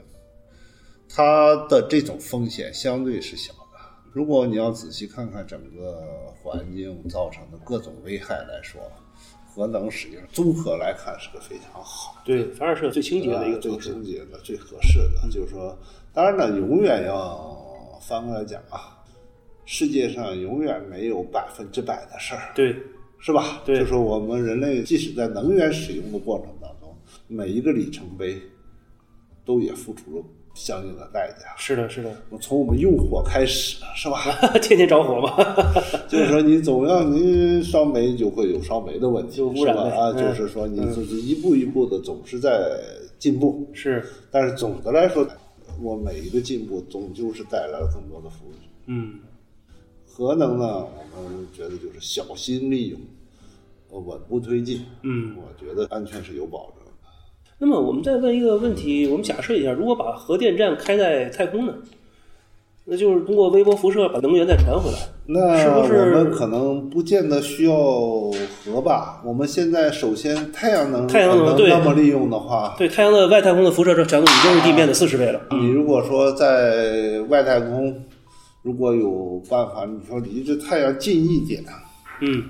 Speaker 3: 它的这种风险相对是小的。如果你要仔细看看整个环境造成的各种危害来说，核能实际上综合来看是个非常好
Speaker 2: 对，反而是最清洁的一
Speaker 3: 的、
Speaker 2: 个
Speaker 3: 啊
Speaker 2: 嗯
Speaker 3: 最
Speaker 2: 措施，
Speaker 3: 清洁的、最合适的。就是说，当然了，永远要翻过来讲啊，世界上永远没有百分之百的事儿。
Speaker 2: 对，
Speaker 3: 是吧？
Speaker 2: 对
Speaker 3: 就是我们人类即使在能源使用的过程当中，每一个里程碑都也付出了相应的代价。
Speaker 2: 是的，是的，
Speaker 3: 我从我们用火开始，是 吧？
Speaker 2: 天天着火嘛，
Speaker 3: 就是说，你总要你烧煤就会有烧煤的问题，
Speaker 2: 就污染
Speaker 3: 是吧
Speaker 2: 呗
Speaker 3: 啊，
Speaker 2: 嗯
Speaker 3: 就是说你就是一步一步的总是在进步，
Speaker 2: 是，
Speaker 3: 但是总的来说，我每一个进步终究是带来了更多的福祉。
Speaker 2: 嗯，
Speaker 3: 核能呢，我们觉得就是小心利用，呃稳步推进。
Speaker 2: 嗯，
Speaker 3: 我觉得安全是有保证的。
Speaker 2: 那么我们再问一个问题，我们假设一下，如果把核电站开在太空呢？那就是通过微波辐射把能源再传回来。是
Speaker 3: 那
Speaker 2: 不是
Speaker 3: 我们可能不见得需要核吧？我们现在首先太阳能
Speaker 2: 太阳能
Speaker 3: 能
Speaker 2: 对
Speaker 3: 那么利用的话，
Speaker 2: 对，太阳的外太空的辐射这强度已经是地面的四十倍了。
Speaker 3: 你如果说在外太空，如果有办法，你说离这太阳近一点，
Speaker 2: 嗯，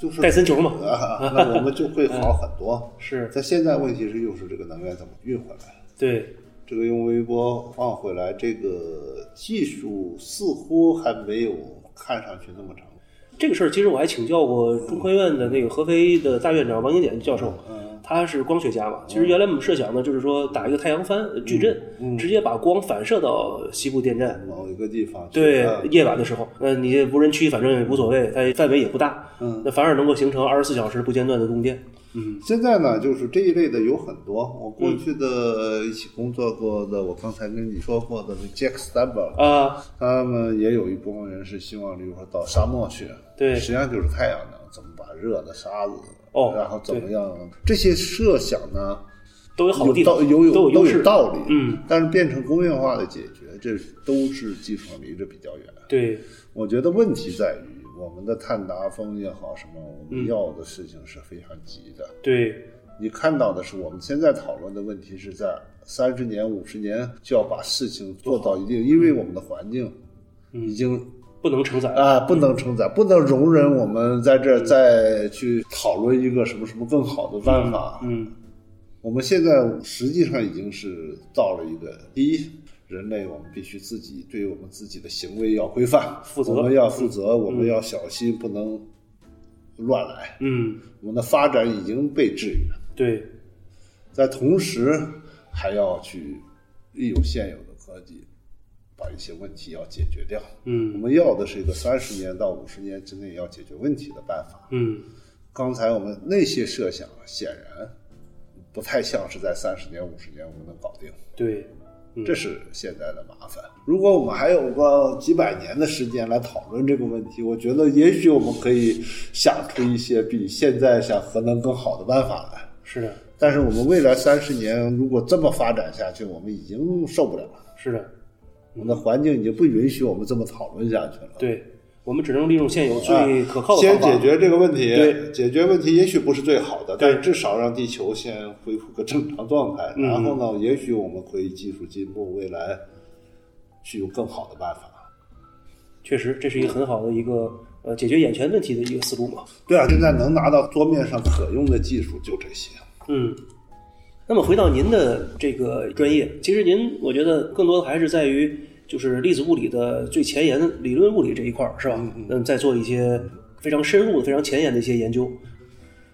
Speaker 3: 就是
Speaker 2: 戴森球嘛，
Speaker 3: 啊，那我们就会好很多。
Speaker 2: 是
Speaker 3: 在现在问题是，又是这个能源怎么运回来？
Speaker 2: 对，
Speaker 3: 这个用微波放回来，这个技术似乎还没有看上去那么成熟。
Speaker 2: 这个事儿其实我还请教过中科院的那个合肥的大院长王英俭教授，他是光学家嘛。其实原来我们设想的就是说打一个太阳帆呃矩阵，直接把光反射到西部电站。
Speaker 3: 某一个地方去
Speaker 2: 对
Speaker 3: 看，
Speaker 2: 夜晚的时候，那你这无人区反正也无所谓，它范围也不大，
Speaker 3: 嗯
Speaker 2: 那反而能够形成二十四小时不间断的供电。嗯，
Speaker 3: 现在呢，就是这一类的有很多。我过去的一起工作过的，我刚才跟你说过的那 Jack s t a b l e
Speaker 2: 啊，
Speaker 3: 他们也有一部分人是希望，比如说到沙漠去，
Speaker 2: 对
Speaker 3: 实际上就是太阳能怎么把热的沙子，
Speaker 2: 哦
Speaker 3: 然后怎么样，这些设想呢，
Speaker 2: 都有好地
Speaker 3: 有
Speaker 2: 方，
Speaker 3: 道有
Speaker 2: 都
Speaker 3: 有
Speaker 2: 优
Speaker 3: 都
Speaker 2: 势
Speaker 3: 有。道理，
Speaker 2: 嗯，
Speaker 3: 但是变成工业化的解决，这都是技术上离着比较远。
Speaker 2: 对，
Speaker 3: 我觉得问题在于我们的碳达峰也好，什么我们要的事情是非常急的。
Speaker 2: 对，
Speaker 3: 你看到的是我们现在讨论的问题是在三十年、五十年就要把事情做到一定，因为我们的环境已经
Speaker 2: 嗯不能承载。
Speaker 3: 啊，不能承载，不能容忍我们在这儿再去讨论一个什么什么更好的办法。
Speaker 2: 嗯，
Speaker 3: 我们现在实际上已经是到了一个第一，人类我们必须自己对于我们自己的行为要规范，
Speaker 2: 负责
Speaker 3: 我们要负责，我们要小心，不能乱来。
Speaker 2: 嗯，
Speaker 3: 我们的发展已经被制约，
Speaker 2: 对，
Speaker 3: 在同时还要去利用现有的科技，把一些问题要解决掉。我
Speaker 2: 嗯
Speaker 3: 们要的是一个三十年到五十年之内要解决问题的办法。
Speaker 2: 嗯，
Speaker 3: 刚才我们那些设想显然不太像是在三十年、五十年我们能搞定，
Speaker 2: 对，
Speaker 3: 这是现在的麻烦。如果我们还有个几百年的时间来讨论这个问题，我觉得也许我们可以想出一些比现在想核能更好的办法来。
Speaker 2: 是的，
Speaker 3: 但是我们未来三十年如果这么发展下去，我们已经受不了了，
Speaker 2: 是的，
Speaker 3: 我们的环境已经不允许我们这么讨论下去了。
Speaker 2: 对，我们只能利用现有最可靠的
Speaker 3: 啊先
Speaker 2: 方法。
Speaker 3: 解决这个问题。
Speaker 2: 对，
Speaker 3: 解决问题也许不是最好的，
Speaker 2: 对
Speaker 3: 但至少让地球先恢复个正常状态。
Speaker 2: 嗯
Speaker 3: 然后呢，也许我们可以技术进步，未来去用更好的办法。
Speaker 2: 确实，这是一个很好的一个呃解决眼前问题的一个思路嘛。
Speaker 3: 对啊，现在能拿到桌面上可用的技术就这些。
Speaker 2: 嗯，那么回到您的这个专业，其实您我觉得更多的还是在于就是粒子物理的最前沿理论物理这一块儿，是吧？嗯，再做一些非常深入的、非常前沿的一些研究。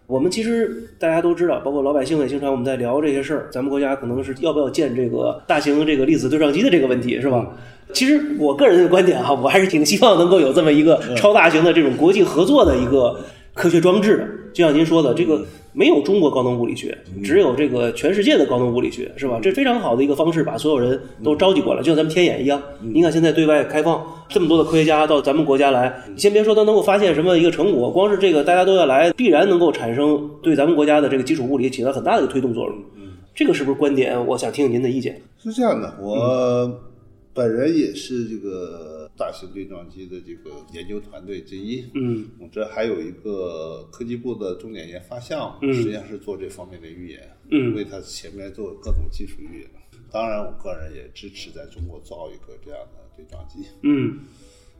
Speaker 2: 我们其实大家都知道，包括老百姓也经常我们在聊这些事儿。咱们国家可能是要不要建这个大型这个粒子对撞机的这个问题，是吧？其实我个人的观点啊，我还是挺希望能够有这么一个超大型的这种国际合作的一个科学装置的。就像您说的，这个没有中国高能物理学，只有这个全世界的高能物理学，是吧？这非常好的一个方式，把所有人都召集过来，就像咱们天眼一样。您看现在对外开放，这么多的科学家到咱们国家来，你先别说他能够发现什么一个成果，光是这个大家都要来，必然能够产生对咱们国家的这个基础物理起到很大的一个推动作用。这个是不是观点？我想听听您的意见。
Speaker 3: 是这样的，我本人也是这个大型对撞机的这个研究团队之一。
Speaker 2: 嗯，
Speaker 3: 我这还有一个科技部的重点研发项目，
Speaker 2: 嗯
Speaker 3: 实际上是做这方面的预研，
Speaker 2: 嗯
Speaker 3: 为它前面做各种技术预研。当然，我个人也支持在中国造一个这样的对撞机。
Speaker 2: 嗯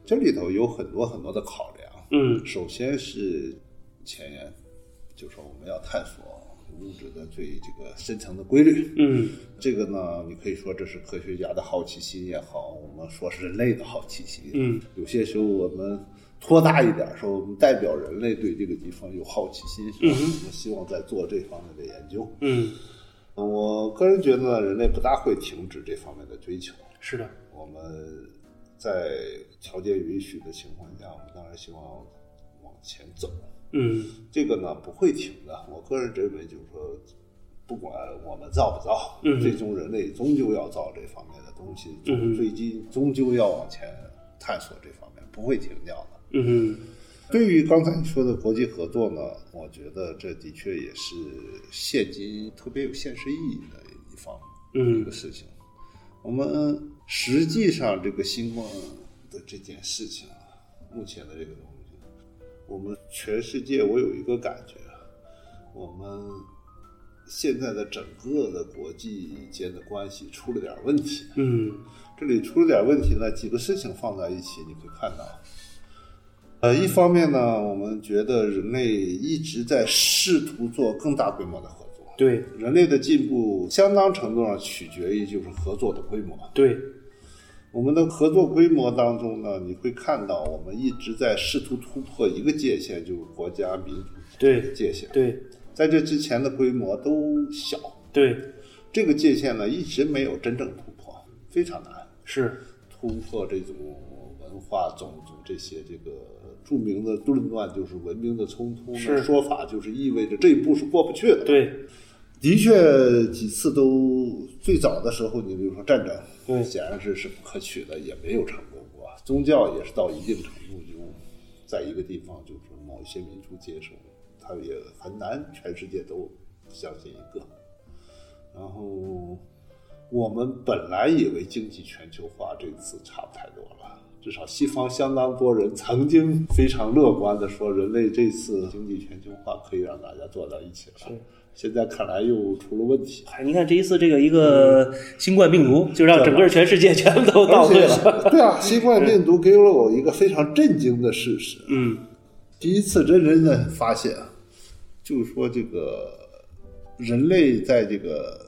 Speaker 3: 这里头有很多很多的考量。
Speaker 2: 嗯
Speaker 3: 首先是前沿，就说我们要探索物质的最这个深层的规律。
Speaker 2: 嗯
Speaker 3: 这个呢，你可以说这是科学家的好奇心也好，我们说是人类的好奇心。
Speaker 2: 嗯，
Speaker 3: 有些时候我们托大一点说，我们代表人类对这个地方有好奇心，是吧？我们希望在做这方面的研究。
Speaker 2: 嗯，
Speaker 3: 我个人觉得呢，人类不大会停止这方面的追求。
Speaker 2: 是的，
Speaker 3: 我们在条件允许的情况下，我们当然希望往前走。
Speaker 2: 嗯
Speaker 3: 这个呢不会停的。我个人认为就是说，不管我们造不造，
Speaker 2: 嗯
Speaker 3: 最终人类终究要造这方面的东西，
Speaker 2: 嗯
Speaker 3: 最终终究要往前探索这方面，不会停掉的。
Speaker 2: 嗯
Speaker 3: 对于刚才你说的国际合作呢，我觉得这的确也是现今特别有现实意义的一方一
Speaker 2: 嗯
Speaker 3: 个事情。我们实际上这个新冠的这件事情啊，目前的这个东西，我们全世界我有一个感觉，啊我们现在的整个的国际间的关系出了点问题。
Speaker 2: 嗯
Speaker 3: 这里出了点问题呢，几个事情放在一起，你会看到。呃，一方面呢，我们觉得人类一直在试图做更大规模的合作，
Speaker 2: 对
Speaker 3: 人类的进步相当程度上取决于就是合作的规模。
Speaker 2: 对
Speaker 3: 我们的合作规模当中呢，你会看到我们一直在试图突破一个界限，就是国家民族的
Speaker 2: 对
Speaker 3: 界限。
Speaker 2: 对
Speaker 3: 在这之前的规模都小，
Speaker 2: 对
Speaker 3: 这个界限呢一直没有真正突破，非常难
Speaker 2: 是
Speaker 3: 突破这种文化、种族这些这个。著名的论断就是文明的冲突
Speaker 2: 是
Speaker 3: 呢，说法就是意味着这一步是过不去的。
Speaker 2: 对
Speaker 3: 的确，几次都最早的时候，你比如说战争，
Speaker 2: 对
Speaker 3: 显然是是不可取的，也没有成功过。啊宗教也是到一定程度就在一个地方，就是某一些民族接受，他也很难全世界都相信一个。然后我们本来以为经济全球化这次差不太多了，至少西方相当多人曾经非常乐观的说，人类这次经济全球化可以让大家坐到一起了。现在看来又出了问题。
Speaker 2: 哎，你看这一次这个一个新冠病毒，就让整个全世界全部都倒退了。
Speaker 3: 对啊，新冠病毒给了我一个非常震惊的事实，
Speaker 2: 嗯
Speaker 3: 第一次真真的发现，就是说这个人类在这个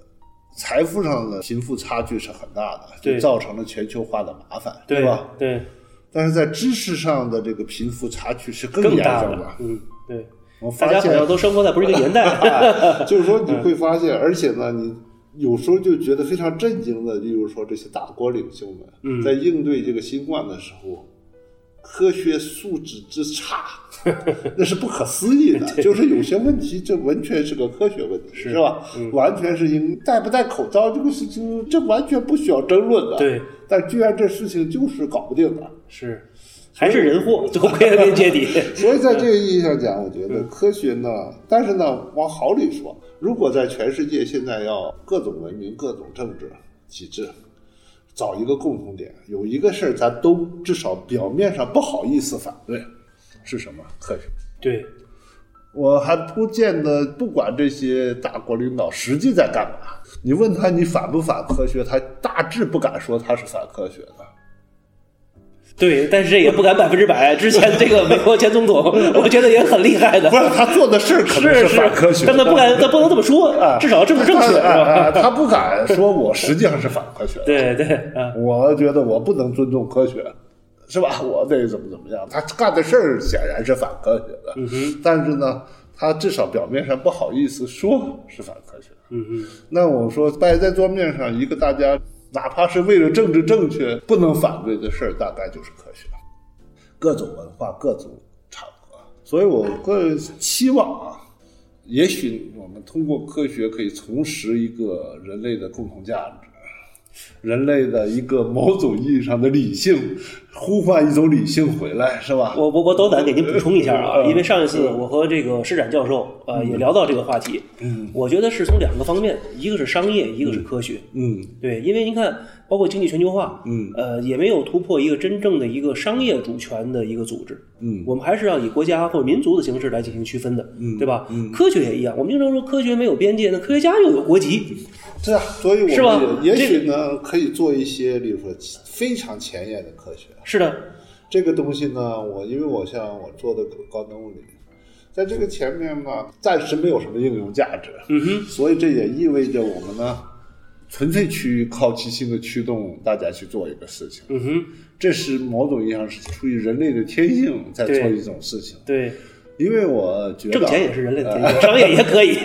Speaker 3: 财富上的贫富差距是很大的，
Speaker 2: 对
Speaker 3: 就造成了全球化的麻烦，
Speaker 2: 对
Speaker 3: 吧？
Speaker 2: 对
Speaker 3: 但是在知识上的这个贫富差距是更
Speaker 2: 更
Speaker 3: 严
Speaker 2: 大
Speaker 3: 重
Speaker 2: 了。嗯对，
Speaker 3: 我
Speaker 2: 大
Speaker 3: 发
Speaker 2: 家好
Speaker 3: 现
Speaker 2: 像都生活在不是一个年代。啊
Speaker 3: 就是说你会发现，而且呢，你有时候就觉得非常震惊的，例如说这些大国领袖们、
Speaker 2: 嗯
Speaker 3: 在应对这个新冠的时候，科学素质之差， 那是不可思议的。就是有些问题，这完全是个科学问题，是吧？
Speaker 2: 嗯
Speaker 3: 完全是因戴不戴口罩这个事情，这完全不需要争论的。
Speaker 2: 对，
Speaker 3: 但居然这事情就是搞不定的。
Speaker 2: 是，还是人祸，都归根结 底。
Speaker 3: 所以在这个意义上讲，我觉
Speaker 2: 嗯
Speaker 3: 得科学呢，但是呢，往好里说，如果在全世界现在要各种文明、各种政治体制找一个共同点，有一个事儿咱都至少表面上不好意思反对，是什么？科学。
Speaker 2: 对
Speaker 3: 我还不见得不管这些大国领导实际在干嘛。你问他你反不反科学，他大致不敢说他是反科学的。
Speaker 2: 对，但是这也不敢百分之百。之前这个美国前 总统，我觉得也很厉害的
Speaker 3: 不。是他做的事儿可能
Speaker 2: 是
Speaker 3: 反科学的，啊
Speaker 2: 但他不敢，他不能这么说， 至少这么正确，是
Speaker 3: 他
Speaker 2: 吧？，
Speaker 3: 哎哎他不敢说我实际上是反科学
Speaker 2: 对对啊，
Speaker 3: 我觉得我不能尊重科学，
Speaker 2: 嗯
Speaker 3: 是吧？我得怎么怎么样？他干的事儿显然是反科学的，但是呢，他至少表面上不好意思说是反科学。
Speaker 2: 嗯嗯，
Speaker 3: 那我说摆在桌面上一个大家哪怕是为了政治正确不能反对的事儿，大概就是科学。各种文化，各种场合，所以我个人期望啊，也许我们通过科学可以重拾一个人类的共同价值。人类的一个某种意义上的理性，呼唤一种理性回来，是吧？
Speaker 2: 我我我斗胆给您补充一下啊，
Speaker 3: 嗯
Speaker 2: 因为上一次我和这个施展教授呃也聊到这个话题，
Speaker 3: 嗯
Speaker 2: 我觉得是从两个方面，一个是商业，一个是科学。
Speaker 3: 嗯
Speaker 2: 对，因为您看，包括经济全球化，
Speaker 3: 嗯
Speaker 2: 呃，也没有突破一个真正的一个商业主权的一个组织。
Speaker 3: 嗯
Speaker 2: 我们还是要以国家或者民族的形式来进行区分的，
Speaker 3: 嗯
Speaker 2: 对吧？
Speaker 3: 嗯
Speaker 2: 科学也一样，我们经常说科学没有边界，那科学家又有国籍，
Speaker 3: 是啊，所以
Speaker 2: 是
Speaker 3: 我
Speaker 2: 吧
Speaker 3: 们也也许呢，可以做一些，比如说非常前沿的科学。
Speaker 2: 是的，
Speaker 3: 这个东西呢，我因为我像我做的高能物理，在这个前面呢，暂时没有什么应用价值，
Speaker 2: 嗯哼，
Speaker 3: 所以这也意味着我们呢，纯粹去靠其性的驱动大家去做一个事情，
Speaker 2: 嗯哼，
Speaker 3: 这是某种意义上是出于人类的天性在做
Speaker 2: 对
Speaker 3: 一种事情。
Speaker 2: 对，
Speaker 3: 因为我觉得啊
Speaker 2: 挣钱也是人类的天
Speaker 3: 呃
Speaker 2: 性，商业也可 以，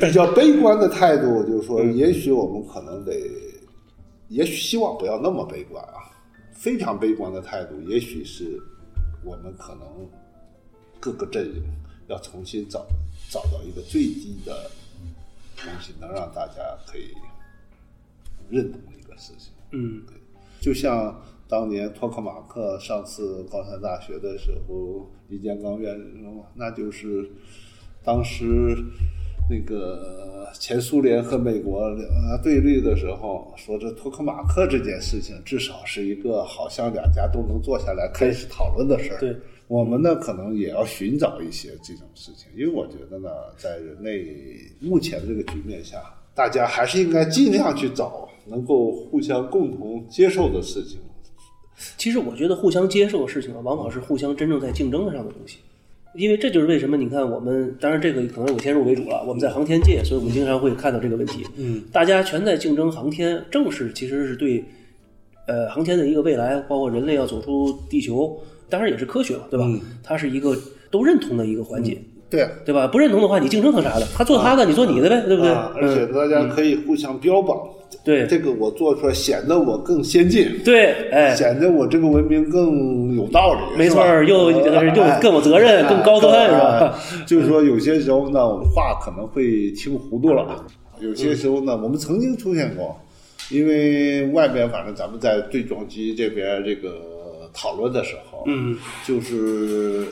Speaker 3: 比较悲观的态度，就是说，也许我们可能得，也许希望不要那么悲观啊。非常悲观的态度，也许是我们可能各个阵营要重新找找到一个最低的东西，能让大家可以认同一个事情。
Speaker 2: 嗯。
Speaker 3: 就像当年托克马克上次高山大学的时候，李建刚院长，那就是当时那个前苏联和美国呃对立的时候，说这托克马克这件事情至少是一个好像两家都能坐下来开始讨论的事儿。
Speaker 2: 对。
Speaker 3: 我们呢，可能也要寻找一些这种事情，因为我觉得呢，在人类目前这个局面下，大家还是应该尽量去找能够互相共同接受的事情。
Speaker 2: 其实我觉得互相接受的事情啊，往往是互相真正在竞争上的东西，因为这就是为什么你看我们，当然这个可能我先入为主了，我们在航天界，所以我们经常会看到这个问题，
Speaker 3: 嗯，
Speaker 2: 大家全在竞争航天，正是其实是对，呃，航天的一个未来，包括人类要走出地球，当然也是科学嘛，对吧？
Speaker 3: 嗯
Speaker 2: 它是一个都认同的一个环节，
Speaker 3: 对啊，
Speaker 2: 对吧？不认同的话，你竞争他啥的，他做他的，你做你的呗，对不对？
Speaker 3: 啊而且
Speaker 2: 嗯
Speaker 3: 大家可以互相标榜，
Speaker 2: 对
Speaker 3: 这个我做出来显得我更先进，
Speaker 2: 对，哎，
Speaker 3: 显得我这个文明更有道理，
Speaker 2: 没错
Speaker 3: 是吧
Speaker 2: 又
Speaker 3: 呃
Speaker 2: 又
Speaker 3: 哎
Speaker 2: 更有责任
Speaker 3: 哎
Speaker 2: 更高端
Speaker 3: 更
Speaker 2: 是吧
Speaker 3: 哎就是说，有些时候呢，我们话可能会听糊涂了，有些时候呢，我们曾经出现过，因为外边反正咱们在对撞机这边这个讨论的时候，
Speaker 2: 嗯，
Speaker 3: 就是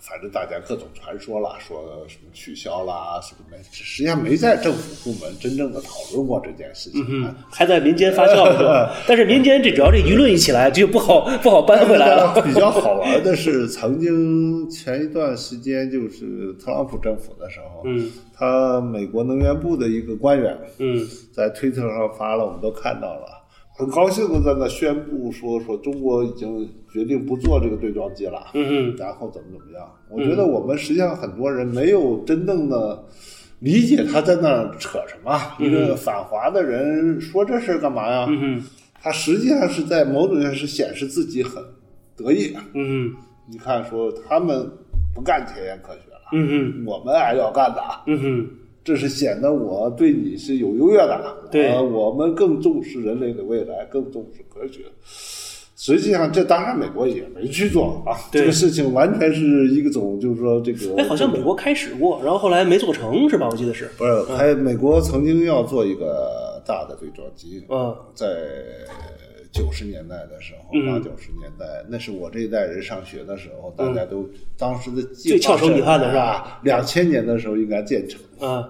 Speaker 3: 反正大家各种传说啦，说什么取消啦，什么没，实际上没在政府部门真正的讨论过这件事情。啊
Speaker 2: 嗯，还在民间发酵是吧？ 但是民间这只要这舆论一起来，就不好不好搬 回来了。
Speaker 3: 比较好玩的是，曾经前一段时间就是特朗普政府的时候，
Speaker 2: 嗯，
Speaker 3: 他美国能源部的一个官员，
Speaker 2: 嗯，
Speaker 3: 在推特上发了，我们都看到了。很高兴的在那宣布说说中国已经决定不做这个对撞机了，
Speaker 2: 嗯嗯
Speaker 3: 然后怎么怎么样？我觉得我们实际上很多人没有真正的理解他在那儿扯什么。一个反华的人说这事儿干嘛呀？
Speaker 2: 嗯
Speaker 3: 他实际上是在某种上是显示自己很得意。啊
Speaker 2: 嗯
Speaker 3: 你看，说他们不干前沿科学了，
Speaker 2: 嗯嗯
Speaker 3: 我们还要干的，
Speaker 2: 嗯嗯，
Speaker 3: 这是显得我对你是有优越感的。
Speaker 2: 对
Speaker 3: 呃我们更重视人类的未来，更重视科学。实际上，这当然美国也没去做啊，
Speaker 2: 对
Speaker 3: 这个事情完全是一个种，就是说这个。
Speaker 2: 哎，好像美国开始过，然后后来没做成是吧？我记得是，
Speaker 3: 不是，还美国曾经要做一个大的对撞机，
Speaker 2: 嗯
Speaker 3: 在九十年代的时候，
Speaker 2: 嗯
Speaker 3: 八九十年代，那是我这一代人上学的时候，大家都、当时的计
Speaker 2: 最翘首以盼的是吧
Speaker 3: 两千年的时候应该建成，
Speaker 2: 啊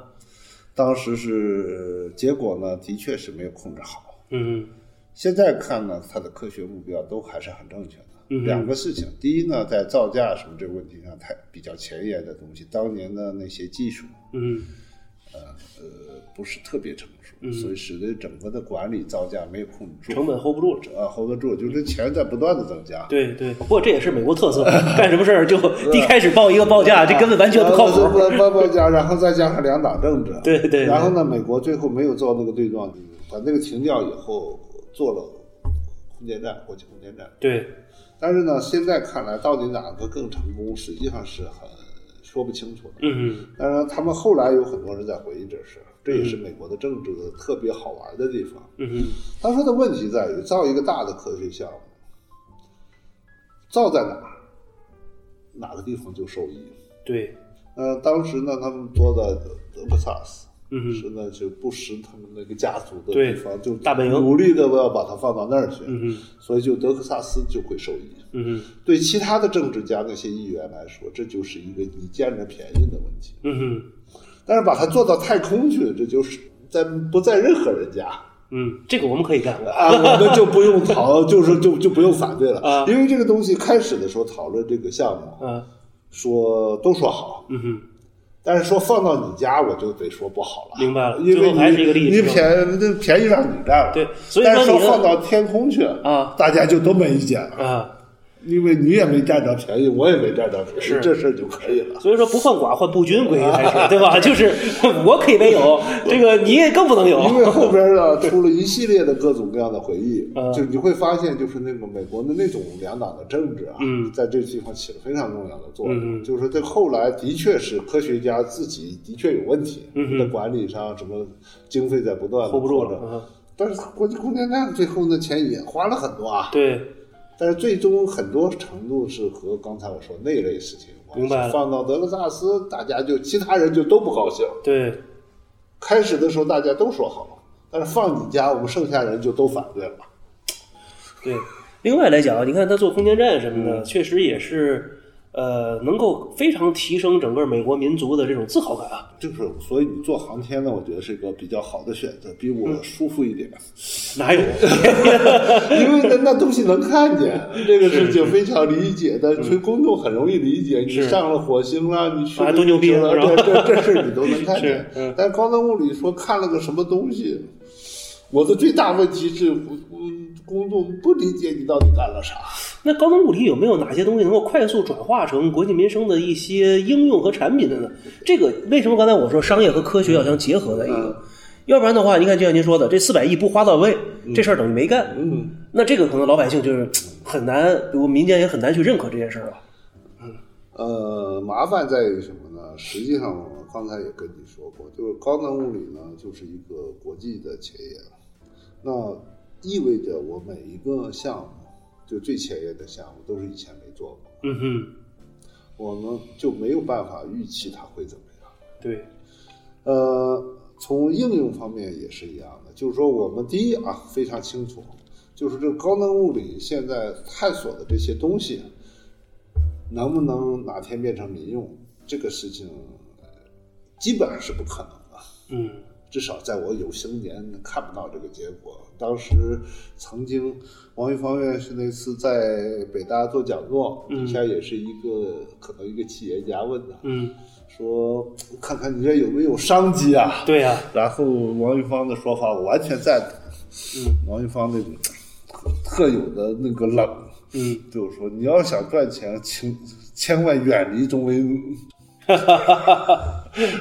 Speaker 3: 当时是结果呢，的确是没有控制好。
Speaker 2: 嗯
Speaker 3: 现在看呢，它的科学目标都还是很正确的。
Speaker 2: 嗯哼
Speaker 3: 两个事情，第一呢，在造价什么这个问题上，太比较前沿的东西，当年的那些技术，
Speaker 2: 嗯
Speaker 3: 呃，不是特别成熟，所以使得整个的管理造价没有控制住，
Speaker 2: 成本 hold 不住了。
Speaker 3: 啊 hold 得住，就是钱在不断的增加。
Speaker 2: 对对，不过这也是美国特 色，干什么事儿就一开始报一个报价，这根本完全不靠
Speaker 3: 然后
Speaker 2: 谱。
Speaker 3: 再再再加，然后再加上两党政治，
Speaker 2: 对对对
Speaker 3: 然后呢，美国最后没有造那个对撞机，把那个停掉以后，做了空间站，国际空间站。
Speaker 2: 对，
Speaker 3: 但是呢，现在看来，到底哪个更成功，实际上是很说不清楚的。
Speaker 2: 嗯
Speaker 3: 当然，他们后来有很多人在回忆这事儿，这也是美国的政治的特别好玩的地方。
Speaker 2: 嗯嗯
Speaker 3: 他说的问题在于造一个大的科学项目，造在哪儿，哪个地方就受益。
Speaker 2: 对，
Speaker 3: 呃，当时呢，他们做的德克萨斯。
Speaker 2: 嗯
Speaker 3: 是那就布什他们那个家族的
Speaker 2: 对
Speaker 3: 地方，就
Speaker 2: 大本营
Speaker 3: 努力的我要把它放到那儿去，
Speaker 2: 嗯
Speaker 3: 所以就德克萨斯就会受益。
Speaker 2: 嗯
Speaker 3: 对其他的政治家那些议员来说，这就是一个你占着便宜的问题。
Speaker 2: 嗯嗯
Speaker 3: 但是把它做到太空去，这就是在不在任何人家
Speaker 2: 嗯，这个我们可以干。
Speaker 3: 啊，我们就不 用讨，就是就就不用反对了
Speaker 2: 啊
Speaker 3: 因为这个东西开始的时候讨论这个项目，
Speaker 2: 嗯
Speaker 3: 说都说好，
Speaker 2: 嗯哼，
Speaker 3: 但是说放到你家，我就得说不好了。
Speaker 2: 明白了
Speaker 3: 因
Speaker 2: 最
Speaker 3: 为
Speaker 2: 后
Speaker 3: 你
Speaker 2: 还是一个利益
Speaker 3: 你
Speaker 2: 冲突
Speaker 3: 便那便宜让你占了，
Speaker 2: 对所以说
Speaker 3: 但是说
Speaker 2: 你的
Speaker 3: 放到天空去
Speaker 2: 啊，
Speaker 3: 大家就都没意见了，
Speaker 2: 啊，
Speaker 3: 因为你也没占着便宜，我也没占着便
Speaker 2: 是
Speaker 3: 宜，这事儿就可以了。
Speaker 2: 所以说不患寡患不均， 归根才是，对吧？就是 我可以没有，这个你也更不能有。
Speaker 3: 因为后边呢出了一系列的各种各样的回忆
Speaker 2: 嗯，
Speaker 3: 就你会发现，就是那个美国的那种两党的政治啊
Speaker 2: 嗯，
Speaker 3: 在这地方起了非常重要的作
Speaker 2: 嗯
Speaker 3: 用。
Speaker 2: 嗯
Speaker 3: 就是说，这后来的确是科学家自己的确有问题
Speaker 2: 嗯嗯，
Speaker 3: 在管理上什么经费在不断
Speaker 2: hold 不住
Speaker 3: 的
Speaker 2: 了。嗯
Speaker 3: 但是国际空间站最后那钱也花了很多啊，
Speaker 2: 对，
Speaker 3: 但是最终很多程度是和刚才我说那类事情有关系。
Speaker 2: 明白了
Speaker 3: 放到德克萨斯，大家就其他人就都不高兴。
Speaker 2: 对，
Speaker 3: 开始的时候大家都说好，但是放你家，我们剩下人就都反对了。
Speaker 2: 对，另外来讲，你看他做空间站什么的，确实也是，呃，能够非常提升整个美国民族的这种自豪感啊。
Speaker 3: 就是，所以你做航天呢，我觉得是一个比较好的选择，比我舒服 一点，
Speaker 2: 哪有？
Speaker 3: 因为那那东西能看见，这个事情非常理解的，对公众很容易理解。你
Speaker 2: 是
Speaker 3: 上了火星啦，你去
Speaker 2: 啊
Speaker 3: 了
Speaker 2: 多牛逼
Speaker 3: 地球了，
Speaker 2: 是吧
Speaker 3: 这这这事儿你都能看见
Speaker 2: 是嗯。
Speaker 3: 但高能物理说看了个什么东西，我的最大问题是，我我公众不理解你到底干了啥。
Speaker 2: 那高能物理有没有哪些东西能够快速转化成国计民生的一些应用和产品的呢？这个为什么刚才我说商业和科学要相结合在一个？要不然的话，你看就像您说的，这四百亿不花到位，这事儿等于没干。
Speaker 3: 嗯，
Speaker 2: 那这个可能老百姓就是嘖很难，比如民间也很难去认可这件事儿吧。
Speaker 3: 呃，麻烦在于什么呢？实际上，我刚才也跟你说过，就是高能物理呢，就是一个国际的前沿，那意味着我每一个项目，就最前沿的项目，都是以前没做过，
Speaker 2: 嗯哼，
Speaker 3: 我们就没有办法预期它会怎么样。
Speaker 2: 对，
Speaker 3: 呃，从应用方面也是一样的，就是说我们第一啊非常清楚，就是这个高能物理现在探索的这些东西，能不能哪天变成民用，这个事情呃基本上是不可能的。
Speaker 2: 嗯
Speaker 3: 至少在我有生年看不到这个结果。当时曾经王玉芳院士那次在北大做讲座，
Speaker 2: 嗯
Speaker 3: 底下也是一个可能一个企业家问的，
Speaker 2: 嗯，
Speaker 3: 说看看你这有没有商机啊？
Speaker 2: 对呀、
Speaker 3: 然后王玉芳的说法我完全赞同，
Speaker 2: 嗯
Speaker 3: 王玉芳那种特特有的那个冷，
Speaker 2: 嗯，
Speaker 3: 就是说你要想赚钱，请千万远离中 微路。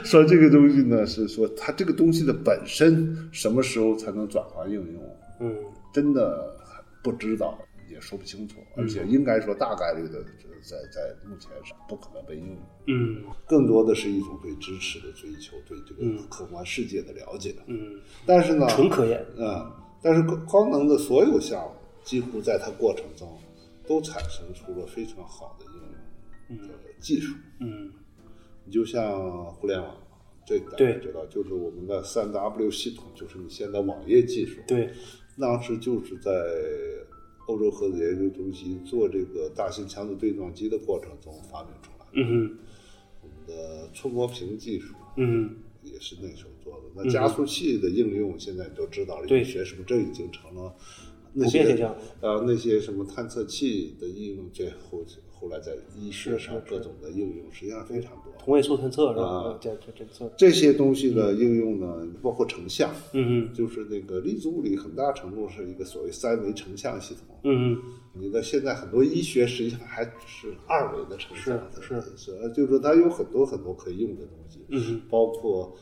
Speaker 3: 说这个东西呢，是说它这个东西的本身什么时候才能转化应用，
Speaker 2: 嗯
Speaker 3: 真的不知道，也说不清楚，而且应该说大概率的，在在目前是不可能被应用。
Speaker 2: 嗯
Speaker 3: 更多的是一种对知识的追求，对这个客观世界的了解。
Speaker 2: 嗯，
Speaker 3: 但是呢，
Speaker 2: 纯科研。
Speaker 3: 嗯，但是高高能的所有项目，几乎在它过程中都产生出了非常好的应用的技术。
Speaker 2: 嗯
Speaker 3: 你就像互联网，这个大
Speaker 2: 对
Speaker 3: 家知道，就是我们的三 W 系统，就是你现在网页技术，，
Speaker 2: 对，
Speaker 3: 当时就是在欧洲核子研究中心做这个大型强子对撞机的过程中发明出来的。
Speaker 2: 嗯哼
Speaker 3: 我们的触摸屏技术
Speaker 2: 嗯。
Speaker 3: 也是那时候做的。那加速器的应用，现在你都知道了，
Speaker 2: 对
Speaker 3: 力学什么，这已经成了那
Speaker 2: 普遍
Speaker 3: 些
Speaker 2: 现象
Speaker 3: 呃那些什么探测器的应用，最后后来在医学上各种的应用，实际上非常多。
Speaker 2: 同位素探测是吧？
Speaker 3: 啊
Speaker 2: 嗯这这这测，
Speaker 3: 这些东西的应用呢，包括成像，
Speaker 2: 嗯嗯
Speaker 3: 就是那个粒子物理很大程度是一个所谓三维成像系统。
Speaker 2: 嗯
Speaker 3: 你的现在很多医学实际上还是二维的成像，
Speaker 2: 是
Speaker 3: 是是，就是说它有很多很多可以用的东西。
Speaker 2: 嗯嗯
Speaker 3: 包括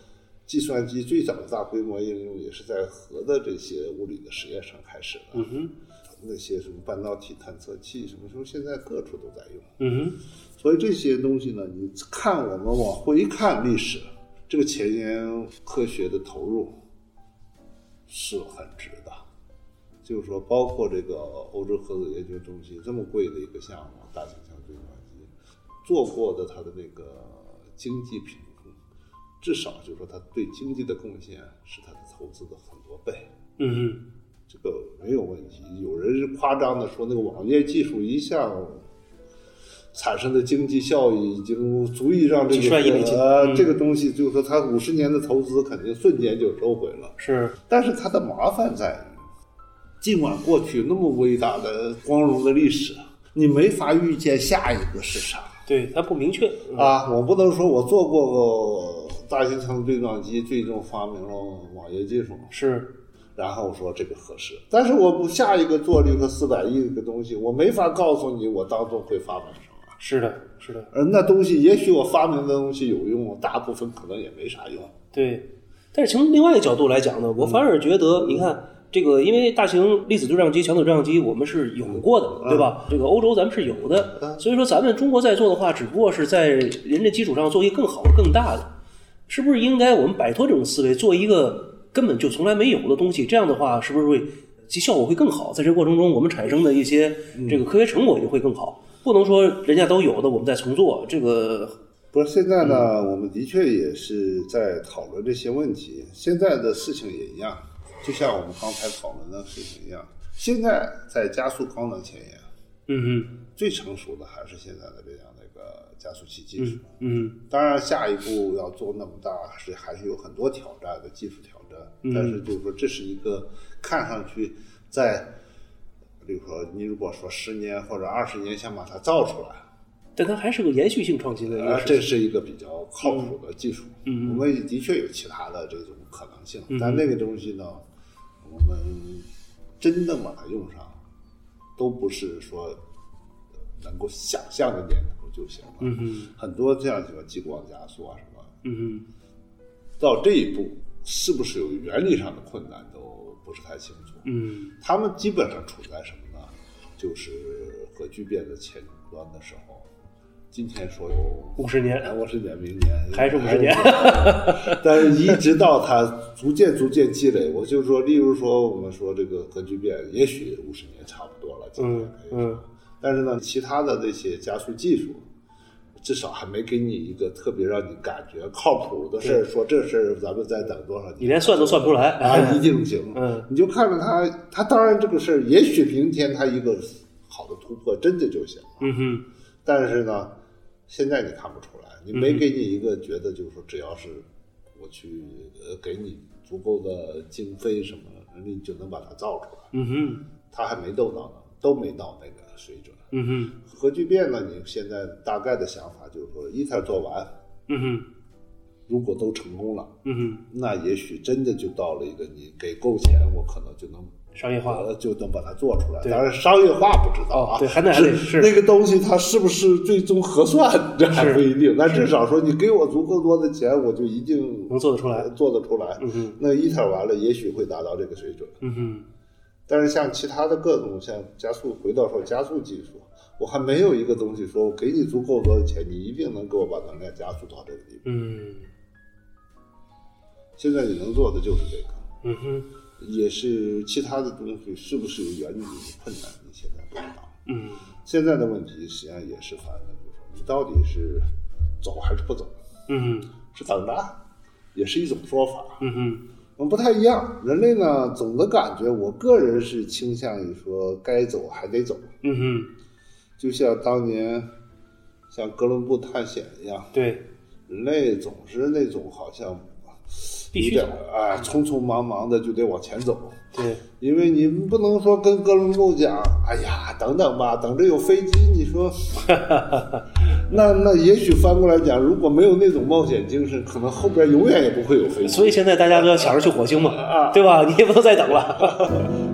Speaker 3: 计算机最早的大规模应用也是在核的这些物理的实验上开始的。
Speaker 2: 嗯哼
Speaker 3: 那些什么半导体探测器什么时候，现在各处都在用。
Speaker 2: 嗯哼，
Speaker 3: 所以这些东西呢，你看我们往回一看历史，这个前沿科学的投入是很值的。就是说，包括这个欧洲核子研究中心这么贵的一个项目，大气象对撞机做过的它的那个经济评估，至少就是说它对经济的贡献是它的投资的很多倍。
Speaker 2: 嗯
Speaker 3: 这个没有问题。有人是夸张的说，那个网页技术一项产生的经济效益已经足以让这
Speaker 2: 几十万亿美
Speaker 3: 个
Speaker 2: 金
Speaker 3: 呃、
Speaker 2: 嗯
Speaker 3: 这个东西，就是说它五十年的投资肯定瞬间就收回了
Speaker 2: 哼，。是，
Speaker 3: 但是它的麻烦在于，尽管过去那么伟大的光荣的历史，啊你没法预见下一个是啥。
Speaker 2: 对，它不明确。嗯
Speaker 3: 啊，我不能说我做过个大型程对撞机，最终发明了网页技术，
Speaker 2: 是，
Speaker 3: 然后我说这个合适，但是我不下一个做这个四百亿的东西，我没法告诉你我当中会发明什么。
Speaker 2: 是的，是的，
Speaker 3: 而那东西，也许我发明的东西有用，大部分可能也没啥用。
Speaker 2: 对。但是从另外一个角度来讲呢，我反而觉得，你看这个，因为大型粒子对撞机、强子对撞机，我们是有过的，对吧？这个欧洲咱们是有的，所以说咱们中国在做的话，只不过是在人家基础上做一个更好、更大的。是不是应该我们摆脱这种思维，做一个根本就从来没有的东西？这样的话，是不是会其效果会更好？在这个过程中，我们产生的一些这个科学成果也会更好。不能说人家都有的，我们再重做，这个
Speaker 3: 不是现在呢，我们的确也是在讨论这些问题。现在的事情也一样，就像我们刚才讨论的事情一样，现在在加速光能前沿，
Speaker 2: 嗯
Speaker 3: 最成熟的还是现在的这样的一个加速器技术。
Speaker 2: 嗯嗯
Speaker 3: 当然，下一步要做那么大，是还是有很多挑战的技术挑战。
Speaker 2: 嗯
Speaker 3: 但是就是说，这是一个看上去在，比如说你如果说十年或者二十年想把它造出来，
Speaker 2: 但它还是个延续性创新的一个
Speaker 3: 啊，
Speaker 2: 事
Speaker 3: 这
Speaker 2: 情。
Speaker 3: 是一个比较靠谱的技术。
Speaker 2: 嗯嗯
Speaker 3: 我们的确有其他的这种可能性，
Speaker 2: 嗯
Speaker 3: 但那个东西呢，我们真正把它用上，都不是说能够想象的念头就行了。
Speaker 2: 嗯嗯
Speaker 3: 很多这样什么激光加速啊什么。
Speaker 2: 嗯
Speaker 3: 到这一步，是不是有原理上的困难都不是太清楚。
Speaker 2: 嗯
Speaker 3: 他们基本上处在什么呢？就是核聚变的前端的时候。今天说有
Speaker 2: 五十年
Speaker 3: 哎，我是年，明年
Speaker 2: 还是50年，
Speaker 3: 但是一直到它逐渐逐渐积累，我就说，例如说我们说这个核聚变，也许五十年差不多了，今天
Speaker 2: 嗯
Speaker 3: 可以
Speaker 2: 嗯
Speaker 3: 但是呢，其他的这些加速技术，至少还没给你一个特别让你感觉靠谱的事儿，说这事儿咱们再等多少年，
Speaker 2: 你连算都算不出来
Speaker 3: 啊，一定行。
Speaker 2: 嗯，
Speaker 3: 你就看着他，他当然这个事儿，也许明天他一个好的突破真的就行，
Speaker 2: 嗯哼
Speaker 3: 但是呢，现在你看不出来，你没给你一个觉得就是说，只要是我去呃给你足够的经费什么，你就能把它造出来，
Speaker 2: 嗯哼
Speaker 3: 他还没够到呢，都没到那个水准。
Speaker 2: 嗯哼
Speaker 3: 核聚变呢，你现在大概的想法就是说，一它做完，
Speaker 2: 嗯哼
Speaker 3: 如果都成功了，
Speaker 2: 嗯哼，
Speaker 3: 那也许真的就到了一个你给够钱，我可能就能
Speaker 2: 商业化
Speaker 3: 呃就能把它做出来。
Speaker 2: 对
Speaker 3: 当然，商业化不知道啊，
Speaker 2: 哦对还得还得是
Speaker 3: 那个东西它是不是最终核算，这还
Speaker 2: 是
Speaker 3: 不一定。但至少说，你给我足够多的钱，我就一定
Speaker 2: 能做得出来
Speaker 3: 呃做得出来。
Speaker 2: 嗯哼
Speaker 3: 那一塔完了，也许会达到这个水准。
Speaker 2: 嗯哼
Speaker 3: 但是像其他的各种像加速，回到说加速技术，我还没有一个东西说我给你足够多的钱，你一定能给我把能量加速到这个地步。
Speaker 2: 嗯
Speaker 3: 现在你能做的就是这个，
Speaker 2: 嗯哼
Speaker 3: 也是其他的东西是不是有原理的困难，你现在不知道。
Speaker 2: 嗯
Speaker 3: 现在的问题实际上也是反问，就是说你到底是走还是不走，
Speaker 2: 嗯
Speaker 3: 是等着，也是一种说法。
Speaker 2: 嗯哼
Speaker 3: 嗯，不太一样。人类呢，总的感觉，我个人是倾向于说该走还得走。
Speaker 2: 嗯哼，
Speaker 3: 就像当年像哥伦布探险一样，
Speaker 2: 对，
Speaker 3: 人类总是那种好像
Speaker 2: 必须
Speaker 3: 有点
Speaker 2: 走
Speaker 3: 哎，匆匆忙忙的就得往前走，
Speaker 2: 对，
Speaker 3: 因为你不能说跟哥伦布讲，哎呀，等等吧，等着有飞机，你说， 那那也许翻过来讲，如果没有那种冒险精神，可能后边永远也不会有飞机。
Speaker 2: 所以现在大家都要想着去火星嘛，
Speaker 3: 啊
Speaker 2: 对吧？你也不能再等了。